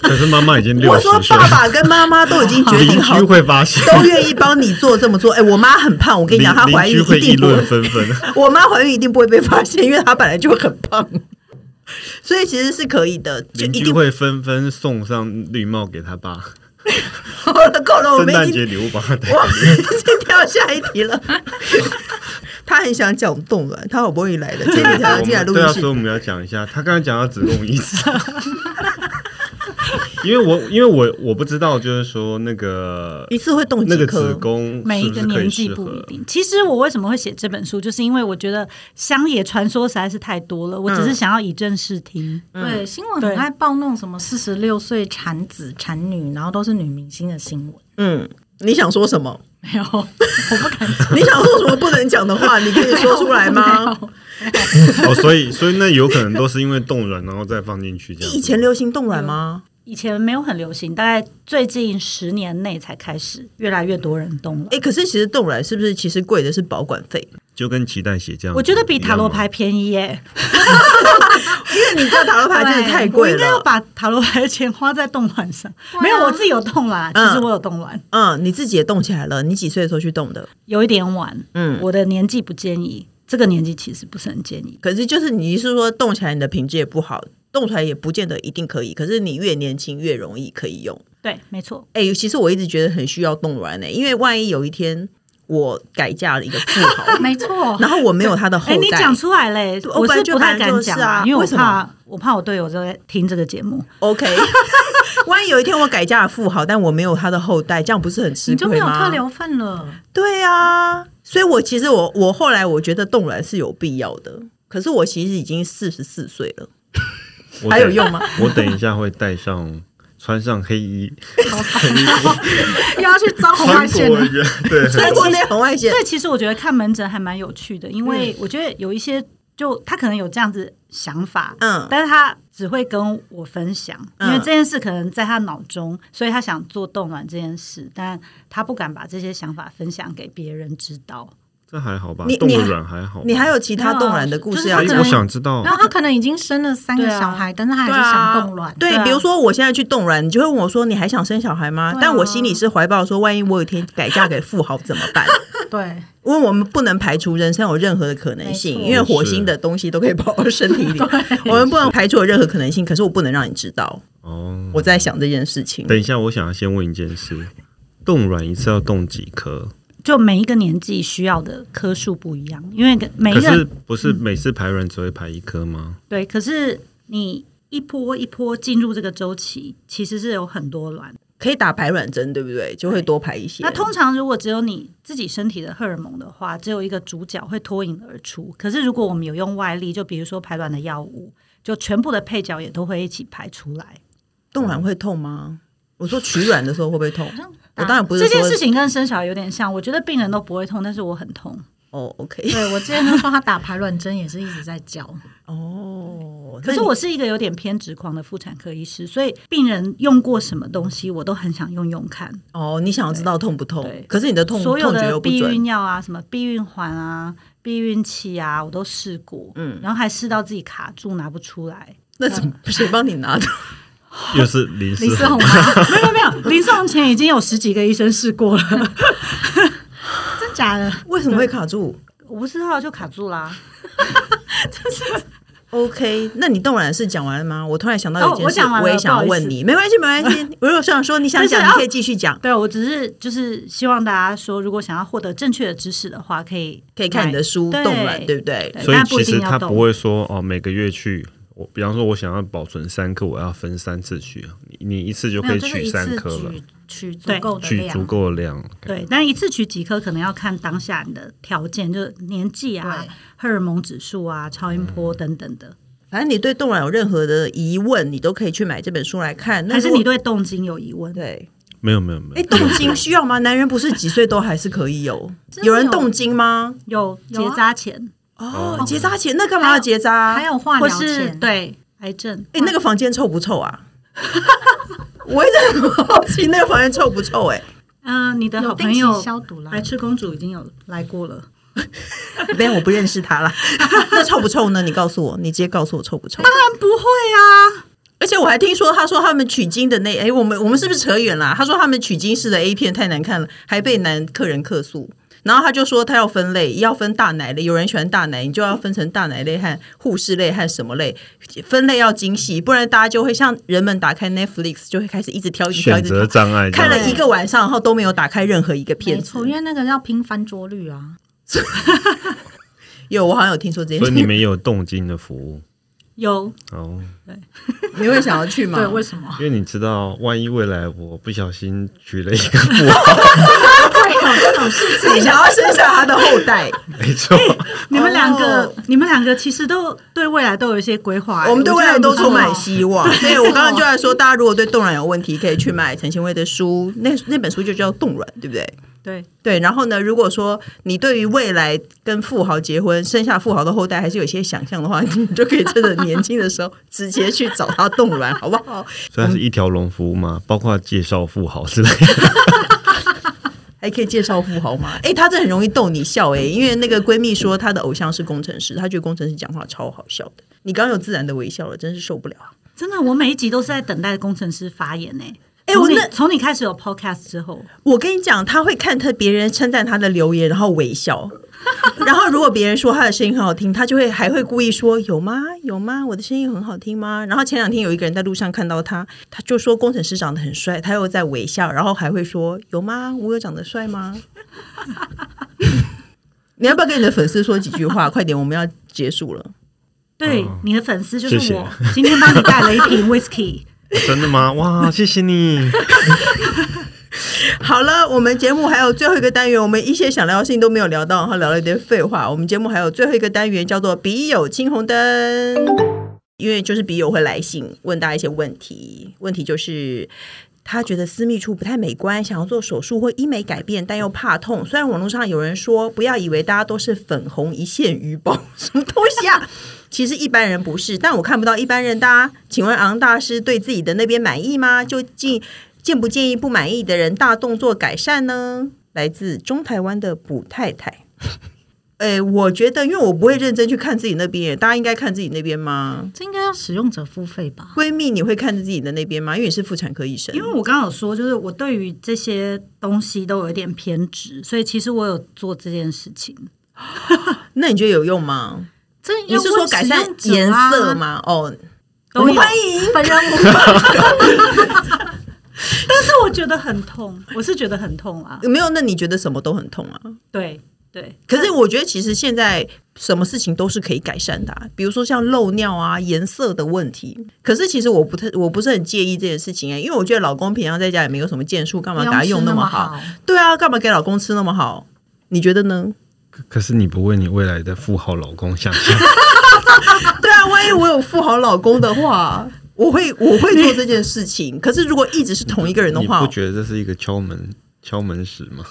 [SPEAKER 4] 可是妈妈已经六
[SPEAKER 1] 我
[SPEAKER 4] 十岁
[SPEAKER 1] 说，爸爸跟妈妈都已经决定
[SPEAKER 4] 邻
[SPEAKER 1] 好
[SPEAKER 4] 居，会发现，
[SPEAKER 1] 都愿意帮你做这么做。哎，我妈很胖，我跟
[SPEAKER 4] 邻
[SPEAKER 1] 你讲，她怀
[SPEAKER 4] 邻居
[SPEAKER 1] 孕
[SPEAKER 4] 会
[SPEAKER 1] 一
[SPEAKER 4] 议
[SPEAKER 1] 定不
[SPEAKER 4] 论
[SPEAKER 1] 会，
[SPEAKER 4] 纷纷。
[SPEAKER 1] 我妈怀孕一定不会被发现，因为她本来就很胖，所以其实是可以的， 就
[SPEAKER 4] 邻
[SPEAKER 1] 一
[SPEAKER 4] 居
[SPEAKER 1] 定
[SPEAKER 4] 会纷纷送上绿帽给他爸，
[SPEAKER 1] 好了，够了，我
[SPEAKER 4] 圣
[SPEAKER 1] 们
[SPEAKER 4] 诞
[SPEAKER 1] 已经
[SPEAKER 4] 节礼物帮他带。
[SPEAKER 1] 我们已经跳下一题 了。他很想讲冻卵，他好不容易来了，今天他
[SPEAKER 4] 我
[SPEAKER 1] 进来
[SPEAKER 4] 们
[SPEAKER 1] 录
[SPEAKER 4] 对啊，
[SPEAKER 1] 音
[SPEAKER 4] 所以
[SPEAKER 1] 室。
[SPEAKER 4] 我们要讲一下，他刚才讲到子宫移植，因为我因为我我不知道，就是说那个
[SPEAKER 1] 一次会冻
[SPEAKER 4] 那
[SPEAKER 1] 几
[SPEAKER 4] 个子
[SPEAKER 1] 颗？
[SPEAKER 4] 宫
[SPEAKER 2] 每一
[SPEAKER 4] 是
[SPEAKER 2] 个
[SPEAKER 4] 是可以
[SPEAKER 2] 年纪
[SPEAKER 4] 适
[SPEAKER 2] 不一
[SPEAKER 4] 合
[SPEAKER 2] 定。其实我为什么会写这本书，就是因为我觉得乡野传说实在是太多了，我只
[SPEAKER 3] 嗯
[SPEAKER 2] 是想要以正视听。
[SPEAKER 3] 对，新
[SPEAKER 2] 嗯
[SPEAKER 3] 闻
[SPEAKER 2] 对
[SPEAKER 3] 很爱报弄什么四十六岁产子产女，然后都是女明星的新闻。
[SPEAKER 1] 嗯，你想说什么？
[SPEAKER 3] 没有，我不敢 说
[SPEAKER 1] 你想说什么不能讲的 话，你可以说出来吗？？
[SPEAKER 4] 哦，所以所以那有可能都是因为冻卵然后再放进去这样子。
[SPEAKER 1] 以前流行冻卵吗？
[SPEAKER 2] 以前没有很流行，大概最近十年内才开始越来越多人动了。
[SPEAKER 1] 哎，可是其实动来是不是其实贵的是保管 费？
[SPEAKER 4] 就跟脐带血这样，
[SPEAKER 2] 我觉得
[SPEAKER 1] 啊
[SPEAKER 2] 比塔罗牌，便宜耶、
[SPEAKER 1] 因为你知道塔罗哎牌真的太
[SPEAKER 2] 我
[SPEAKER 1] 贵
[SPEAKER 2] 应该要
[SPEAKER 1] 了。
[SPEAKER 2] 把塔罗牌的钱花在动卵上。
[SPEAKER 3] 对啊
[SPEAKER 2] 没有，我自己有动卵，其
[SPEAKER 1] 嗯
[SPEAKER 2] 实我有动卵，
[SPEAKER 1] 嗯，你自己也动起来了。你几岁的时候去动的？
[SPEAKER 2] 有一点晚。
[SPEAKER 1] 嗯，
[SPEAKER 2] 我的年纪不建议，这个年纪其实不是很建议。
[SPEAKER 1] 可是就是你是说动起来你的品质也不好，动起来也不见得一定可以。可是你越年轻越容易可以用。
[SPEAKER 2] 对，没错，
[SPEAKER 1] 哎、其实我一直觉得很需要冻卵呢、哎因为万一有一天我改嫁了一个富豪，
[SPEAKER 3] 没错，
[SPEAKER 1] 然后我没有他的后
[SPEAKER 2] 哎，你
[SPEAKER 1] 代，
[SPEAKER 2] 讲出来嘞，
[SPEAKER 1] 对
[SPEAKER 2] 我
[SPEAKER 1] 本来
[SPEAKER 2] 是
[SPEAKER 1] 就
[SPEAKER 2] 不太
[SPEAKER 1] 本来就
[SPEAKER 2] 敢
[SPEAKER 1] 是
[SPEAKER 2] 讲
[SPEAKER 1] 啊
[SPEAKER 2] 因
[SPEAKER 1] 为
[SPEAKER 2] 我
[SPEAKER 1] 什么
[SPEAKER 2] 怕我怕我队友在听这个节目。
[SPEAKER 1] OK。万一有一天我改嫁了富豪，但我没有他的后代，这样不是很吃
[SPEAKER 3] 你就没
[SPEAKER 1] 亏
[SPEAKER 3] 有特
[SPEAKER 1] 吗？
[SPEAKER 3] 留份了。
[SPEAKER 1] 对啊，所以我其实我我后来我觉得冻卵是有必要的，可是我其实已经四十四岁了，
[SPEAKER 4] 我
[SPEAKER 1] 还有
[SPEAKER 4] 等
[SPEAKER 1] 用吗？
[SPEAKER 4] 我等一下会带上穿上黑衣，
[SPEAKER 3] 又要去招红外
[SPEAKER 4] 穿
[SPEAKER 3] 线
[SPEAKER 4] 过
[SPEAKER 3] 了。
[SPEAKER 4] 人，对，
[SPEAKER 1] 所以我那红外线
[SPEAKER 2] 所以其实我觉得看门诊还蛮有趣的，因
[SPEAKER 1] 嗯
[SPEAKER 2] 为我觉得有一些就他可能有这样子想法，
[SPEAKER 1] 嗯
[SPEAKER 2] 但是他只会跟我分享，因
[SPEAKER 1] 嗯
[SPEAKER 2] 为这件事可能在他脑中，所以他想做冻卵这件事，但他不敢把这些想法分享给别人知道。
[SPEAKER 4] 这还好吧
[SPEAKER 1] 你？
[SPEAKER 4] 冻
[SPEAKER 1] 你
[SPEAKER 4] 的
[SPEAKER 1] 还
[SPEAKER 4] 软还好吧，
[SPEAKER 1] 你还有其他冻卵的故事要
[SPEAKER 3] 啊
[SPEAKER 4] 所以
[SPEAKER 1] 讲
[SPEAKER 4] 我
[SPEAKER 1] 吗？
[SPEAKER 4] 想知道
[SPEAKER 3] 然，后他可能已经生了三个
[SPEAKER 2] 对啊
[SPEAKER 3] 小孩，但是他还
[SPEAKER 1] 对
[SPEAKER 3] 是
[SPEAKER 1] 啊，
[SPEAKER 3] 想冻卵。
[SPEAKER 1] 对
[SPEAKER 2] 对啊
[SPEAKER 1] 比如说我现在去冻卵，你就会问我说：“你还想生小孩吗？”
[SPEAKER 3] 对啊
[SPEAKER 1] 但我心里是怀抱说，万一我有一天改嫁给富豪怎么办？
[SPEAKER 3] 对，
[SPEAKER 1] 因为我们不能排除人生有任何的可能性，
[SPEAKER 3] 没错
[SPEAKER 1] 因为火星的东西都可以跑到身体 里，我们不能排除有任何可能性。可是我不能让你知道
[SPEAKER 4] 哦，
[SPEAKER 1] 我在想这件事情。
[SPEAKER 4] 等一下，我想要先问一件事：冻卵一次要冻几颗？
[SPEAKER 2] 就每一个年纪需要的颗数不一样，哎因为每一
[SPEAKER 4] 可
[SPEAKER 2] 个
[SPEAKER 4] 是不是每次排卵只会排一颗吗？
[SPEAKER 2] 对，可是你一波一波进入这个周期，其实是有很多卵。
[SPEAKER 1] 可以打排卵针，对不对？就会多排一些。
[SPEAKER 2] 那通常如果只有你自己身体的荷尔蒙的话，只有一个主角会脱颖而出。可是如果我们有用外力，就比如说排卵的药物，就全部的配角也都会一起排出来。
[SPEAKER 1] 冻卵会痛吗？我说取卵的时候会不会痛？我
[SPEAKER 3] 打
[SPEAKER 1] 当然不是
[SPEAKER 2] 这
[SPEAKER 1] 说
[SPEAKER 2] 件事情跟生小孩有点像，我觉得病人都不会痛，但是我很痛。
[SPEAKER 1] 哦，OK，
[SPEAKER 3] 对我之前都说他打排卵针也是一直在叫，
[SPEAKER 1] 哦，
[SPEAKER 2] 可是我是一个有点偏执狂的妇产科医师，所以病人用过什么东西，我都很想用用看。
[SPEAKER 1] 哦，你想要知道痛不
[SPEAKER 2] 对
[SPEAKER 1] 痛？可是你的痛
[SPEAKER 2] 所有
[SPEAKER 1] 痛觉
[SPEAKER 2] 的
[SPEAKER 1] 又不
[SPEAKER 2] 避
[SPEAKER 1] 准
[SPEAKER 2] 孕药啊，什么避孕环啊、避孕器啊，我都试过，嗯，然后还试到自己卡住拿不出来。
[SPEAKER 1] 那怎么谁帮你 拿的？
[SPEAKER 4] 又是临时
[SPEAKER 3] 李世宏吗？
[SPEAKER 2] 没有没有，临送前已经有十几个医生试过了，
[SPEAKER 3] 真假的？
[SPEAKER 1] 为什么会卡住
[SPEAKER 2] 我不知道就卡住啦。
[SPEAKER 1] ？OK，那你冻卵是讲完了吗？我突然想到有一件事，
[SPEAKER 2] 哦我讲完了
[SPEAKER 1] 也想要问你，没关系，没关系。如果想说你想讲，
[SPEAKER 2] 但
[SPEAKER 1] 你
[SPEAKER 2] 是
[SPEAKER 1] 可以继续讲，
[SPEAKER 2] 对，我只是就是希望大家说，如果想要获得正确的知识的话，可以
[SPEAKER 1] 可以看你的书
[SPEAKER 2] 买
[SPEAKER 1] 冻卵，对不
[SPEAKER 2] 对
[SPEAKER 1] 对？
[SPEAKER 4] 所以
[SPEAKER 2] 但不
[SPEAKER 4] 其
[SPEAKER 2] 一定
[SPEAKER 4] 实
[SPEAKER 2] 要
[SPEAKER 4] 他
[SPEAKER 2] 动
[SPEAKER 4] 不会说哦，每个月去。我比方说，我想要保存三颗，我要分三次取。啊你你一次就
[SPEAKER 3] 没
[SPEAKER 4] 可以
[SPEAKER 3] 有，就是
[SPEAKER 4] 取
[SPEAKER 3] 一
[SPEAKER 4] 三
[SPEAKER 3] 次
[SPEAKER 4] 颗了，
[SPEAKER 3] 取取足
[SPEAKER 2] 对
[SPEAKER 3] 够的
[SPEAKER 4] 取
[SPEAKER 3] 量，
[SPEAKER 4] 足够的量。
[SPEAKER 2] 对，但一次取几颗可能要看当下你的条件，就是年纪啊
[SPEAKER 3] 对、
[SPEAKER 2] 荷尔蒙指数啊、超音波等等的，
[SPEAKER 1] 反正你对冻卵有任何的疑问，你都可以去买这本书来看。那
[SPEAKER 2] 还是
[SPEAKER 1] 如果
[SPEAKER 2] 你对动经有疑问？
[SPEAKER 1] 对？
[SPEAKER 4] 没有没有没有。
[SPEAKER 1] 哎，冻精需要吗？男人不是几岁都还是可以有？
[SPEAKER 3] 真的
[SPEAKER 1] 有人
[SPEAKER 3] 有
[SPEAKER 1] 冻精吗？
[SPEAKER 2] 有
[SPEAKER 3] 有
[SPEAKER 2] 结
[SPEAKER 3] 啊
[SPEAKER 2] 扎前
[SPEAKER 1] 哦，结扎前那干嘛要结扎？
[SPEAKER 3] 还有化
[SPEAKER 2] 或
[SPEAKER 3] 疗
[SPEAKER 2] 是
[SPEAKER 3] 前，
[SPEAKER 2] 对癌症。
[SPEAKER 1] 哎、那个房间臭不臭啊？我一直很好奇那个房间臭不臭、欸？
[SPEAKER 2] 嗯、你的好
[SPEAKER 3] 有定
[SPEAKER 2] 朋
[SPEAKER 3] 期
[SPEAKER 2] 友
[SPEAKER 3] 消毒啦。
[SPEAKER 2] 白痴公主已经有来过了，
[SPEAKER 1] 哎，没有，我不认识他啦。 那臭不臭呢？你告诉我，你直接告诉我臭不臭？
[SPEAKER 2] 但不会啊，
[SPEAKER 1] 而且我还听说，他说他们取经的那哎、我们我们是不是扯远啦？他说他们取经式的 A 片太难看了，还被男客人客诉。然后他就说他要分类，要分大奶类，有人喜欢大奶，你就要分成大奶类和护士类和什么类，分类要精细，不然大家就会像人们打开 Netflix 就会开始一直挑，一直挑，一
[SPEAKER 4] 选
[SPEAKER 1] 直挑
[SPEAKER 4] 择。障碍这
[SPEAKER 1] 看
[SPEAKER 4] 样
[SPEAKER 1] 了一个晚上，然后都没有打开任何一个
[SPEAKER 3] 没
[SPEAKER 1] 片子
[SPEAKER 3] 错，。因为那个要拼翻桌率啊，
[SPEAKER 1] 有，我好像有听说这件
[SPEAKER 4] 所以
[SPEAKER 1] 事。
[SPEAKER 4] 你们也有动经的服务
[SPEAKER 2] 有
[SPEAKER 4] 哦，
[SPEAKER 1] 你会想要去吗？
[SPEAKER 3] 对，为什么？
[SPEAKER 4] 因为你知道，万一未来我不小心取了一个 富豪，
[SPEAKER 1] 你想要生下他的后代？
[SPEAKER 4] 没错，
[SPEAKER 2] 你们两个，
[SPEAKER 1] 哦
[SPEAKER 2] 你们两个其实都对未来都有一些规划、
[SPEAKER 1] 我们对未来都
[SPEAKER 2] 我觉得
[SPEAKER 1] 充
[SPEAKER 2] 很不错
[SPEAKER 1] 满希 望，所以我刚刚就在说，大家如果对冻卵有问题，可以去买陈贤威的书，那那本书就叫《冻卵》，对不对？
[SPEAKER 2] 对，
[SPEAKER 1] 对，然后呢，如果说你对于未来跟富豪结婚，生下富豪的后代，还是有一些想象的话， 你就可以趁着年轻的时候直接去找他冻卵，好不好？
[SPEAKER 4] 所以它是一条龙服务嘛，包括介绍富豪之类 的。
[SPEAKER 1] 还可以介绍富豪嘛？哎，他这很容易逗你笑哎、因为那个闺蜜说她的偶像是工程师，她觉得工程师讲话超好笑的。你刚刚有自然的微笑了，真是受不了啊！
[SPEAKER 2] 真的，我每一集都是在等待工程师发言呢、
[SPEAKER 1] 哎
[SPEAKER 2] 从
[SPEAKER 1] 我
[SPEAKER 2] 你
[SPEAKER 1] 那
[SPEAKER 2] 从你开始有 podcast 之后，
[SPEAKER 1] 我跟你讲，他会看他别人称赞他的留言，然后微 笑。然后如果别人说他的声音很好听，他就会还会故意说有吗？有吗？我的声音很好听吗？然后前两天有一个人在路上看到他，他就说工程师长得很帅，他又在微笑，然后还会说有吗？我有长得帅吗？ 你要不要跟你的粉丝说几句话？快点，我们要结束了。
[SPEAKER 2] 对、
[SPEAKER 1] 嗯
[SPEAKER 4] 哦
[SPEAKER 2] 你的粉丝就
[SPEAKER 4] 谢
[SPEAKER 2] 是
[SPEAKER 4] 谢
[SPEAKER 2] 我，今天帮你带了一瓶 whisky。
[SPEAKER 4] 真的吗？哇，谢谢你。
[SPEAKER 1] 好了，我们节目还有最后一个单元，我们一些想聊的事情都没有聊到，然后聊了一点废话。我们节目还有最后一个单元叫做“笔友青红灯”，因为就是笔友会来信问大家一些问题，问题就是。他觉得私密处不太美观，想要做手术或医美改变，但又怕痛。虽然网络上有人说不要以为大家都是粉红一线鱼宝，什么东西啊？其实一般人不是，但我看不到一般人。大家，请问昂大师对自己的那边满意吗？究竟建不建议不满意的人大动作改善呢？来自中台湾的卜太太。诶，我觉得，因为我不会认真去看自己那边，大家应该看自己那边吗？
[SPEAKER 3] 这应该要使用者付费吧？
[SPEAKER 1] 闺蜜，你会看自己的那边吗？因为你是妇产科医生，
[SPEAKER 2] 因为我刚刚有说，就是我对于这些东西都有一点偏执，所以其实我有做这件事情。
[SPEAKER 1] 那你觉得有用吗？
[SPEAKER 3] 这
[SPEAKER 1] 你
[SPEAKER 3] 要
[SPEAKER 1] 是说
[SPEAKER 3] 问
[SPEAKER 1] 改
[SPEAKER 3] 使
[SPEAKER 1] 善
[SPEAKER 3] 用者
[SPEAKER 1] 颜
[SPEAKER 3] 啊
[SPEAKER 1] 色？吗？哦，
[SPEAKER 2] 都
[SPEAKER 1] 我们
[SPEAKER 2] 有
[SPEAKER 1] 欢迎
[SPEAKER 3] 本 人无法
[SPEAKER 2] 但是我觉得很痛，我是觉得很痛啊。
[SPEAKER 1] 没有？那你觉得什么都很痛啊？
[SPEAKER 2] 对对，
[SPEAKER 1] 可是我觉得，其实现在什么事情都是可以改善的、啊，比如说像漏尿啊、颜色的问题。可是其实我不太，我不是很介意这件事情哎、因为我觉得老公平常在家也没有什么建树，干嘛给他用那么好？
[SPEAKER 3] 不用吃
[SPEAKER 1] 对啊，干嘛给老公吃那么好？你觉得呢？
[SPEAKER 4] 可是你不为你未来的富豪老公想 象，
[SPEAKER 1] 对啊，万一我有富豪老公的话， 我会我会做这件事情。可是如果一直是同一个人的
[SPEAKER 4] 你
[SPEAKER 1] 话
[SPEAKER 4] 不，觉得这是一个敲门敲门石吗？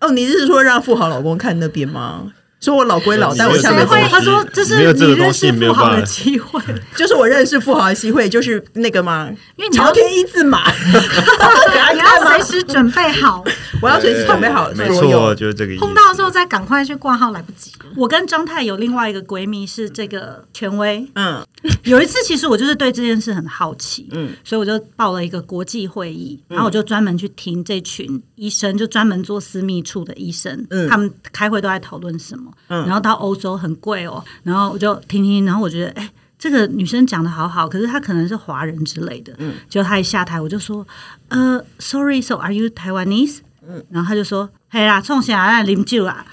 [SPEAKER 1] 哦，你是说让富豪老公看那边吗？说我老归老，
[SPEAKER 4] 你
[SPEAKER 1] 但我
[SPEAKER 4] 没有
[SPEAKER 1] 下
[SPEAKER 4] 这
[SPEAKER 1] 面
[SPEAKER 4] 个
[SPEAKER 2] 谁
[SPEAKER 1] 不
[SPEAKER 2] 会
[SPEAKER 4] 东西
[SPEAKER 2] 他说这是
[SPEAKER 4] 没有
[SPEAKER 2] 你
[SPEAKER 4] 这个
[SPEAKER 2] 认
[SPEAKER 4] 东西
[SPEAKER 2] 识
[SPEAKER 4] 没
[SPEAKER 2] 富
[SPEAKER 4] 有
[SPEAKER 2] 豪
[SPEAKER 4] 办
[SPEAKER 2] 的
[SPEAKER 4] 法
[SPEAKER 2] 机 会。
[SPEAKER 1] 就是我认识富豪的机会，就是那个吗？
[SPEAKER 3] 因为你
[SPEAKER 1] 朝
[SPEAKER 3] 要
[SPEAKER 1] 天一字 马，啊
[SPEAKER 3] 你要随时准备 好，
[SPEAKER 1] 我要随时准备好
[SPEAKER 4] 没
[SPEAKER 1] 所
[SPEAKER 4] 错，
[SPEAKER 1] 有。
[SPEAKER 4] 就是这个意思。
[SPEAKER 3] 碰到的时候再赶快去挂号，来不及了。
[SPEAKER 2] 我跟张太有另外一个闺蜜是这个权威，
[SPEAKER 1] 嗯，
[SPEAKER 2] 有一次，其实我就是对这件事很好奇，
[SPEAKER 1] 嗯
[SPEAKER 2] 嗯，所以我就报了一个国际会议，然后我就专门去听这群医生，就专门做私密处的医生，
[SPEAKER 1] 嗯
[SPEAKER 2] 他们开会都在讨论什么，
[SPEAKER 1] 嗯
[SPEAKER 2] 然后到欧洲很贵哦，然后我就听听，然后我觉得，哎、这个女生讲的好好，可是她可能是华人之类的，嗯，结果她一下台，我就说，呃，sorry，so are you Taiwanese？嗯，然后她就说，嘿啦，冲下来啉 酒啦。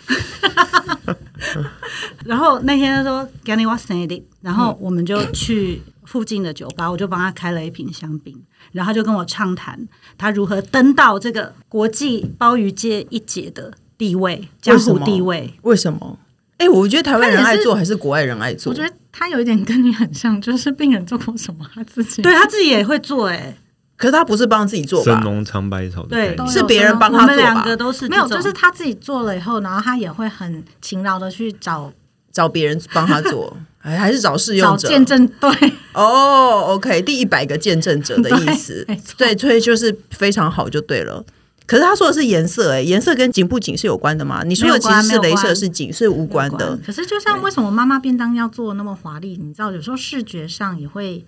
[SPEAKER 2] 然后那天他说 g a n y w a s n a d i 然
[SPEAKER 1] 嗯
[SPEAKER 2] 后我们就去附近的酒吧，我就帮他开了一瓶香槟，然后他就跟我畅谈他如何登到这个国际鲍鱼界一姐的地位，江
[SPEAKER 1] 为什
[SPEAKER 2] 湖
[SPEAKER 1] 么
[SPEAKER 2] 地位。
[SPEAKER 1] 为什么？哎、我觉得台湾人
[SPEAKER 3] 他
[SPEAKER 1] 爱
[SPEAKER 3] 也是
[SPEAKER 1] 做还是国外人爱做？
[SPEAKER 3] 我觉得他有一点跟你很像，就是病人做过什么，他自己
[SPEAKER 2] 对他自己也会做哎、欸
[SPEAKER 1] 可是他不是帮自己做
[SPEAKER 4] 神
[SPEAKER 1] 吧？
[SPEAKER 4] 农尝百草的概
[SPEAKER 2] 对
[SPEAKER 4] 念，
[SPEAKER 1] 是别人帮他
[SPEAKER 2] 我们
[SPEAKER 1] 做
[SPEAKER 2] 两
[SPEAKER 1] 吧
[SPEAKER 2] 个？都是
[SPEAKER 3] 没有，
[SPEAKER 2] 这
[SPEAKER 3] 就
[SPEAKER 2] 种
[SPEAKER 3] 是他自己做了以后，然后他也会很勤劳的去找
[SPEAKER 1] 找别人帮他做，哎，还是找试
[SPEAKER 3] 找
[SPEAKER 1] 用者？
[SPEAKER 3] 见证 对，
[SPEAKER 1] 哦、o k 第一百个见证者的意思
[SPEAKER 3] 对 没错，
[SPEAKER 1] 对，所以就是非常好就对了。可是他说的是颜色、哎，颜色跟紧不紧是有关的吗？你说的其实
[SPEAKER 3] 没
[SPEAKER 1] 是
[SPEAKER 3] 有关没有
[SPEAKER 1] 镭射
[SPEAKER 3] 关
[SPEAKER 1] 是紧是无关的，
[SPEAKER 3] 可是就像为什么妈妈便当要做得那么华丽，你知道有时候视觉上也会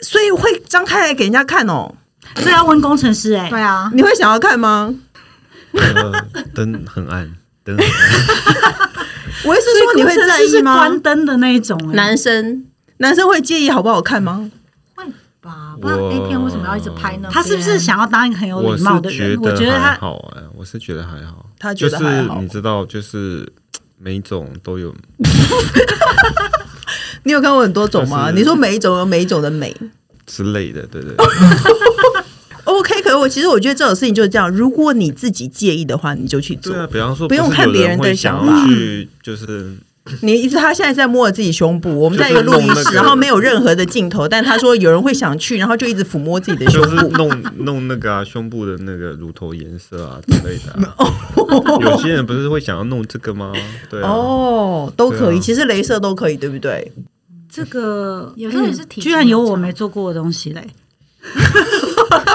[SPEAKER 1] 所以会张开来给人家看哦。
[SPEAKER 2] 这要问工程师哎、
[SPEAKER 3] 对啊，
[SPEAKER 1] 你会想要看吗？
[SPEAKER 4] 呃灯很暗，灯很暗。
[SPEAKER 1] 我意思是说你会在
[SPEAKER 2] 工程师
[SPEAKER 1] 意
[SPEAKER 2] 是
[SPEAKER 1] 吗？嗯
[SPEAKER 2] 关灯的那一种、欸，
[SPEAKER 1] 男生男生会介意好不好看吗？
[SPEAKER 3] 会吧？不然 A 片为什么要一直拍呢？啊
[SPEAKER 2] 他是不是想要当一个很有
[SPEAKER 4] 啊我
[SPEAKER 2] 礼
[SPEAKER 4] 是
[SPEAKER 2] 貌的
[SPEAKER 4] 觉
[SPEAKER 2] 人？我觉得
[SPEAKER 4] 还
[SPEAKER 2] 他
[SPEAKER 4] 好哎、我是觉得还好。
[SPEAKER 1] 他觉得
[SPEAKER 4] 就
[SPEAKER 1] 还
[SPEAKER 4] 是
[SPEAKER 1] 好
[SPEAKER 4] 你知道，就是每一种都有，
[SPEAKER 1] 你有看过很多种吗？
[SPEAKER 4] 就是
[SPEAKER 1] 你说每一种有每一种的美。
[SPEAKER 4] 之类的，对对对。
[SPEAKER 1] OK，可是我其实我觉得这种事情就是这样，如果你自己介意的话，你就去做。
[SPEAKER 4] 对啊，比方说，
[SPEAKER 1] 不用
[SPEAKER 4] 是
[SPEAKER 1] 看
[SPEAKER 4] 有
[SPEAKER 1] 别人
[SPEAKER 4] 人
[SPEAKER 1] 的
[SPEAKER 4] 会
[SPEAKER 1] 想
[SPEAKER 4] 想
[SPEAKER 1] 法
[SPEAKER 4] 要去，就是
[SPEAKER 1] 你他现在在摸自己胸部，我们在一个录音
[SPEAKER 4] 就是弄那
[SPEAKER 1] 室，
[SPEAKER 4] 个
[SPEAKER 1] 然后没有任何的镜头，但他说有人会想去，然后就一直抚摸自己的胸
[SPEAKER 4] 就是
[SPEAKER 1] 部。
[SPEAKER 4] 弄弄那个啊，胸部的那个乳头颜色啊之类的 啊、有些人不是会想要弄这个吗？对啊，
[SPEAKER 1] 哦，都可以，
[SPEAKER 4] 对啊
[SPEAKER 1] 其实镭射都可以，对不对？
[SPEAKER 2] 这个
[SPEAKER 3] 有时候也是体质
[SPEAKER 2] 居然有
[SPEAKER 3] 有
[SPEAKER 2] 我
[SPEAKER 3] 差
[SPEAKER 2] 没做过的东西嘞。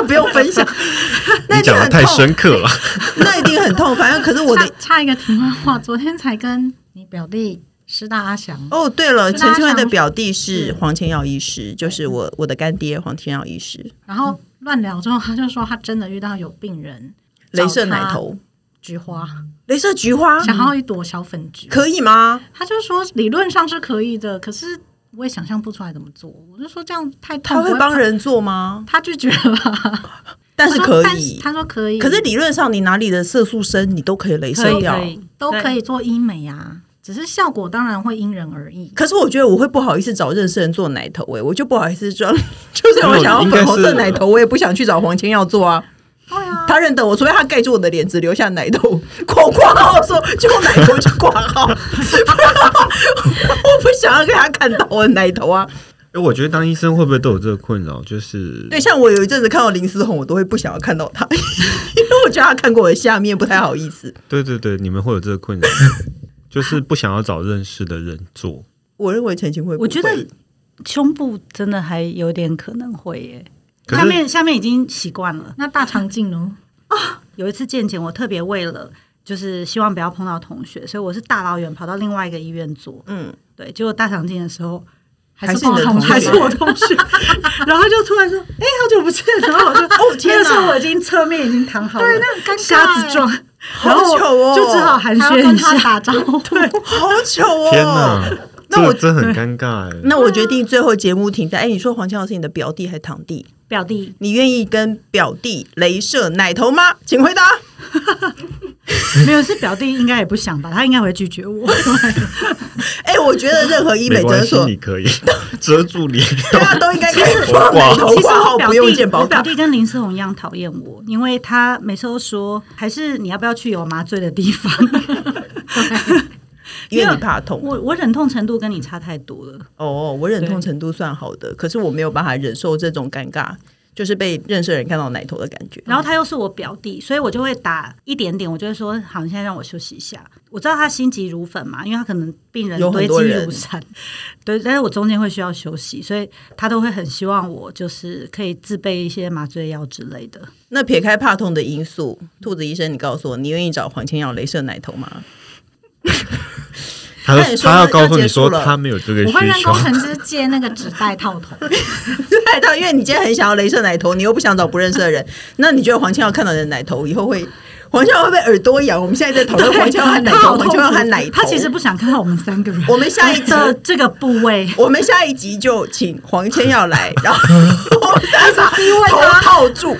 [SPEAKER 1] 不用分 享，那
[SPEAKER 4] 你
[SPEAKER 1] 一定
[SPEAKER 4] 讲的
[SPEAKER 1] 很
[SPEAKER 4] 太
[SPEAKER 1] 痛，
[SPEAKER 4] 深刻了。
[SPEAKER 1] 那一定很痛。反正可是我
[SPEAKER 3] 差
[SPEAKER 1] 的
[SPEAKER 3] 差一个题外话，昨天才跟你表弟师大阿翔，
[SPEAKER 1] 哦，对了，
[SPEAKER 3] 就大家
[SPEAKER 1] 陈清欢的
[SPEAKER 3] 想
[SPEAKER 1] 表弟是
[SPEAKER 3] 是
[SPEAKER 1] 黄千耀医师，就是我我的干爹黄千耀医师，
[SPEAKER 3] 然后乱聊之后，他就说他真的遇到有病人
[SPEAKER 1] 镭射奶头，
[SPEAKER 3] 菊花，
[SPEAKER 1] 镭射菊
[SPEAKER 2] 嗯
[SPEAKER 1] 花
[SPEAKER 3] 想要一朵小粉菊，
[SPEAKER 1] 可以吗？
[SPEAKER 3] 他就说理论上是可以的，可是我也想象不出来怎么做。我就说这样太痛，
[SPEAKER 1] 他会
[SPEAKER 3] 不
[SPEAKER 1] 帮，人做吗？
[SPEAKER 3] 他拒绝了吧？
[SPEAKER 1] 但是
[SPEAKER 3] 他说
[SPEAKER 1] 可
[SPEAKER 3] 但
[SPEAKER 1] 以，
[SPEAKER 3] 他说可以，
[SPEAKER 1] 可是理论上你哪里的色素深，你都可以镭
[SPEAKER 2] 可
[SPEAKER 1] 射
[SPEAKER 2] 以
[SPEAKER 1] 掉
[SPEAKER 2] 可。以
[SPEAKER 3] 都可
[SPEAKER 2] 以，
[SPEAKER 3] 以做医美啊，只是效果当然会因人而异。
[SPEAKER 1] 可是我觉得我会不好意思找认识人做奶头、欸，我就不好意思装， 就是我
[SPEAKER 4] 没有
[SPEAKER 1] 想要
[SPEAKER 4] 应该
[SPEAKER 1] 粉红色
[SPEAKER 4] 是
[SPEAKER 1] 奶头，我也不想去找黄千耀做啊。
[SPEAKER 3] 对啊，
[SPEAKER 1] 他认得我，除非他盖住我的脸，只留下奶头， 括括号说就用奶头去挂号， 不然的话我不想要给他看到我的奶头啊。
[SPEAKER 4] 哎，我觉得当医生会不会都有这个困扰？就是
[SPEAKER 1] 对，像我有一阵子看到林思宏，我都会不想要看到他， 因为我觉得他看过我的下面，不太好意思。
[SPEAKER 4] 对对对，你们会有这个困扰， 就是不想要找认识的人做。
[SPEAKER 1] 我认为陈情会不会，
[SPEAKER 2] 我觉得胸部真的还有点可能会耶。
[SPEAKER 4] 可
[SPEAKER 2] 下
[SPEAKER 4] 是
[SPEAKER 2] 面下面已经习惯了。
[SPEAKER 3] 那大肠镜呢？
[SPEAKER 2] 有一次健检，我特别为了就是希望不要碰到同学，所以我是大老远跑到另外一个医院做。
[SPEAKER 1] 嗯，
[SPEAKER 2] 对，结果大肠镜的时候，
[SPEAKER 1] 还是
[SPEAKER 3] 包
[SPEAKER 1] 你的同
[SPEAKER 3] 同
[SPEAKER 1] 学，
[SPEAKER 3] 学
[SPEAKER 2] 还是我同 学，然后他就突然说：“哎、好久不见。”然后我就：“
[SPEAKER 1] 哦天哪
[SPEAKER 2] 那个时候我已经侧面已经躺好了，
[SPEAKER 3] 对那很尴尬
[SPEAKER 2] 瞎子状，然后
[SPEAKER 1] 糗哦
[SPEAKER 2] 我就只好寒
[SPEAKER 3] 还要
[SPEAKER 2] 暄
[SPEAKER 3] 跟
[SPEAKER 2] 一
[SPEAKER 3] 他
[SPEAKER 2] 下。
[SPEAKER 3] 打招呼，
[SPEAKER 1] 好糗哦！
[SPEAKER 4] 天哪，
[SPEAKER 1] 那我
[SPEAKER 4] 这这很尴尬哎。
[SPEAKER 1] 那我决定最后节目停在，哎，你说黄强老师你的表弟还堂弟，
[SPEAKER 2] 表弟，
[SPEAKER 1] 你愿意跟表弟镭射奶头吗？请回答。
[SPEAKER 2] 没有是表弟，应该也不想吧，他应该会拒绝 我。
[SPEAKER 1] 哎，我觉得任何医美
[SPEAKER 4] 没
[SPEAKER 1] 诊
[SPEAKER 4] 关系，
[SPEAKER 1] 所
[SPEAKER 4] 哦你 可以遮住脸。
[SPEAKER 1] 大家啊都应该开始
[SPEAKER 4] 头挂
[SPEAKER 1] 装奶头
[SPEAKER 2] 其实
[SPEAKER 1] 挂号，不
[SPEAKER 2] 我表
[SPEAKER 1] 用
[SPEAKER 2] 弟，
[SPEAKER 1] 健保
[SPEAKER 2] 我表
[SPEAKER 1] 卡。
[SPEAKER 2] 弟跟林思宏一样讨厌我，因为他每次都说，还是你要不要去有麻醉的 地方？
[SPEAKER 1] 因为你怕痛。
[SPEAKER 2] 我我忍痛程度跟你差太多了。
[SPEAKER 1] 哦，我忍痛
[SPEAKER 2] 对
[SPEAKER 1] 程度算好的，可是我没有办法忍受这种尴尬，就是被认识的人看到奶头的感觉。
[SPEAKER 2] 然后他又是我表弟，所以我就会打一点点，我就会说好，你现在让我休息一下。我知道他心急如焚嘛，因为他可能病人
[SPEAKER 1] 有很
[SPEAKER 2] 堆
[SPEAKER 1] 多
[SPEAKER 2] 积
[SPEAKER 1] 人
[SPEAKER 2] 如山，对， 但是我中间会需要休息，所以他都会很希望我就是可以自备一些麻醉药之类的。
[SPEAKER 1] 那撇开怕痛的因素，兔子医生，你告诉我，你愿意找黄千耀镭射奶头吗？
[SPEAKER 4] 他
[SPEAKER 1] 那你
[SPEAKER 4] 就
[SPEAKER 1] 说
[SPEAKER 4] 他要告诉
[SPEAKER 1] 要结
[SPEAKER 4] 你
[SPEAKER 1] 束
[SPEAKER 4] 说
[SPEAKER 1] 了
[SPEAKER 4] 他没有这个
[SPEAKER 3] 我
[SPEAKER 4] 需
[SPEAKER 3] 会让
[SPEAKER 4] 求
[SPEAKER 3] 工。程师借那个纸 袋套头，
[SPEAKER 1] 对的，因为你今天很想要镭射奶头，你又不想找不认识的人，那你觉得黄千耀看到你的奶头以后会，黄千耀会不会耳朵痒？我们现在在讨论 黄千耀和奶
[SPEAKER 2] 他
[SPEAKER 1] 头，
[SPEAKER 2] 好
[SPEAKER 1] 黄
[SPEAKER 2] 痛
[SPEAKER 1] 千耀
[SPEAKER 2] 苦
[SPEAKER 1] 和奶头。
[SPEAKER 2] 他其实不想看到我们三个人。
[SPEAKER 1] 我们下一集
[SPEAKER 2] 的这个部位，
[SPEAKER 1] 我们下一集就请黄千耀来，然后 我们三把头套住。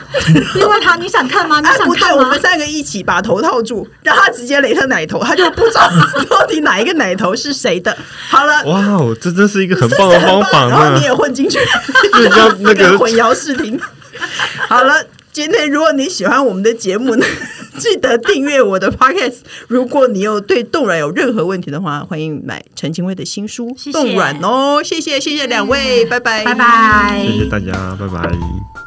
[SPEAKER 3] 因为他你想看吗？你
[SPEAKER 1] 哎，
[SPEAKER 3] 想
[SPEAKER 1] 不对，
[SPEAKER 3] 看
[SPEAKER 1] 我
[SPEAKER 3] 吗
[SPEAKER 1] 们？三个一起把头套住，让他直接擂他奶头，他就不知道 到底哪一个奶头是谁的。好了，
[SPEAKER 4] 哇哦，这真是一个很
[SPEAKER 1] 这
[SPEAKER 4] 棒
[SPEAKER 1] 是
[SPEAKER 4] 的
[SPEAKER 1] 很
[SPEAKER 4] 方法
[SPEAKER 1] 然后
[SPEAKER 4] 呢
[SPEAKER 1] 你！也混 进去，
[SPEAKER 4] 就像 那个
[SPEAKER 1] 四混淆视听。好了。今天如果你喜欢我们的节目呢， 记得订阅我的 podcast。如果你有对冻卵有任何问题的话，欢迎买陈清辉的新书
[SPEAKER 2] 谢
[SPEAKER 1] 《
[SPEAKER 2] 谢
[SPEAKER 1] 冻卵》哦。谢谢，谢谢两位，拜拜，
[SPEAKER 2] 拜拜。
[SPEAKER 4] 谢谢大家，拜拜。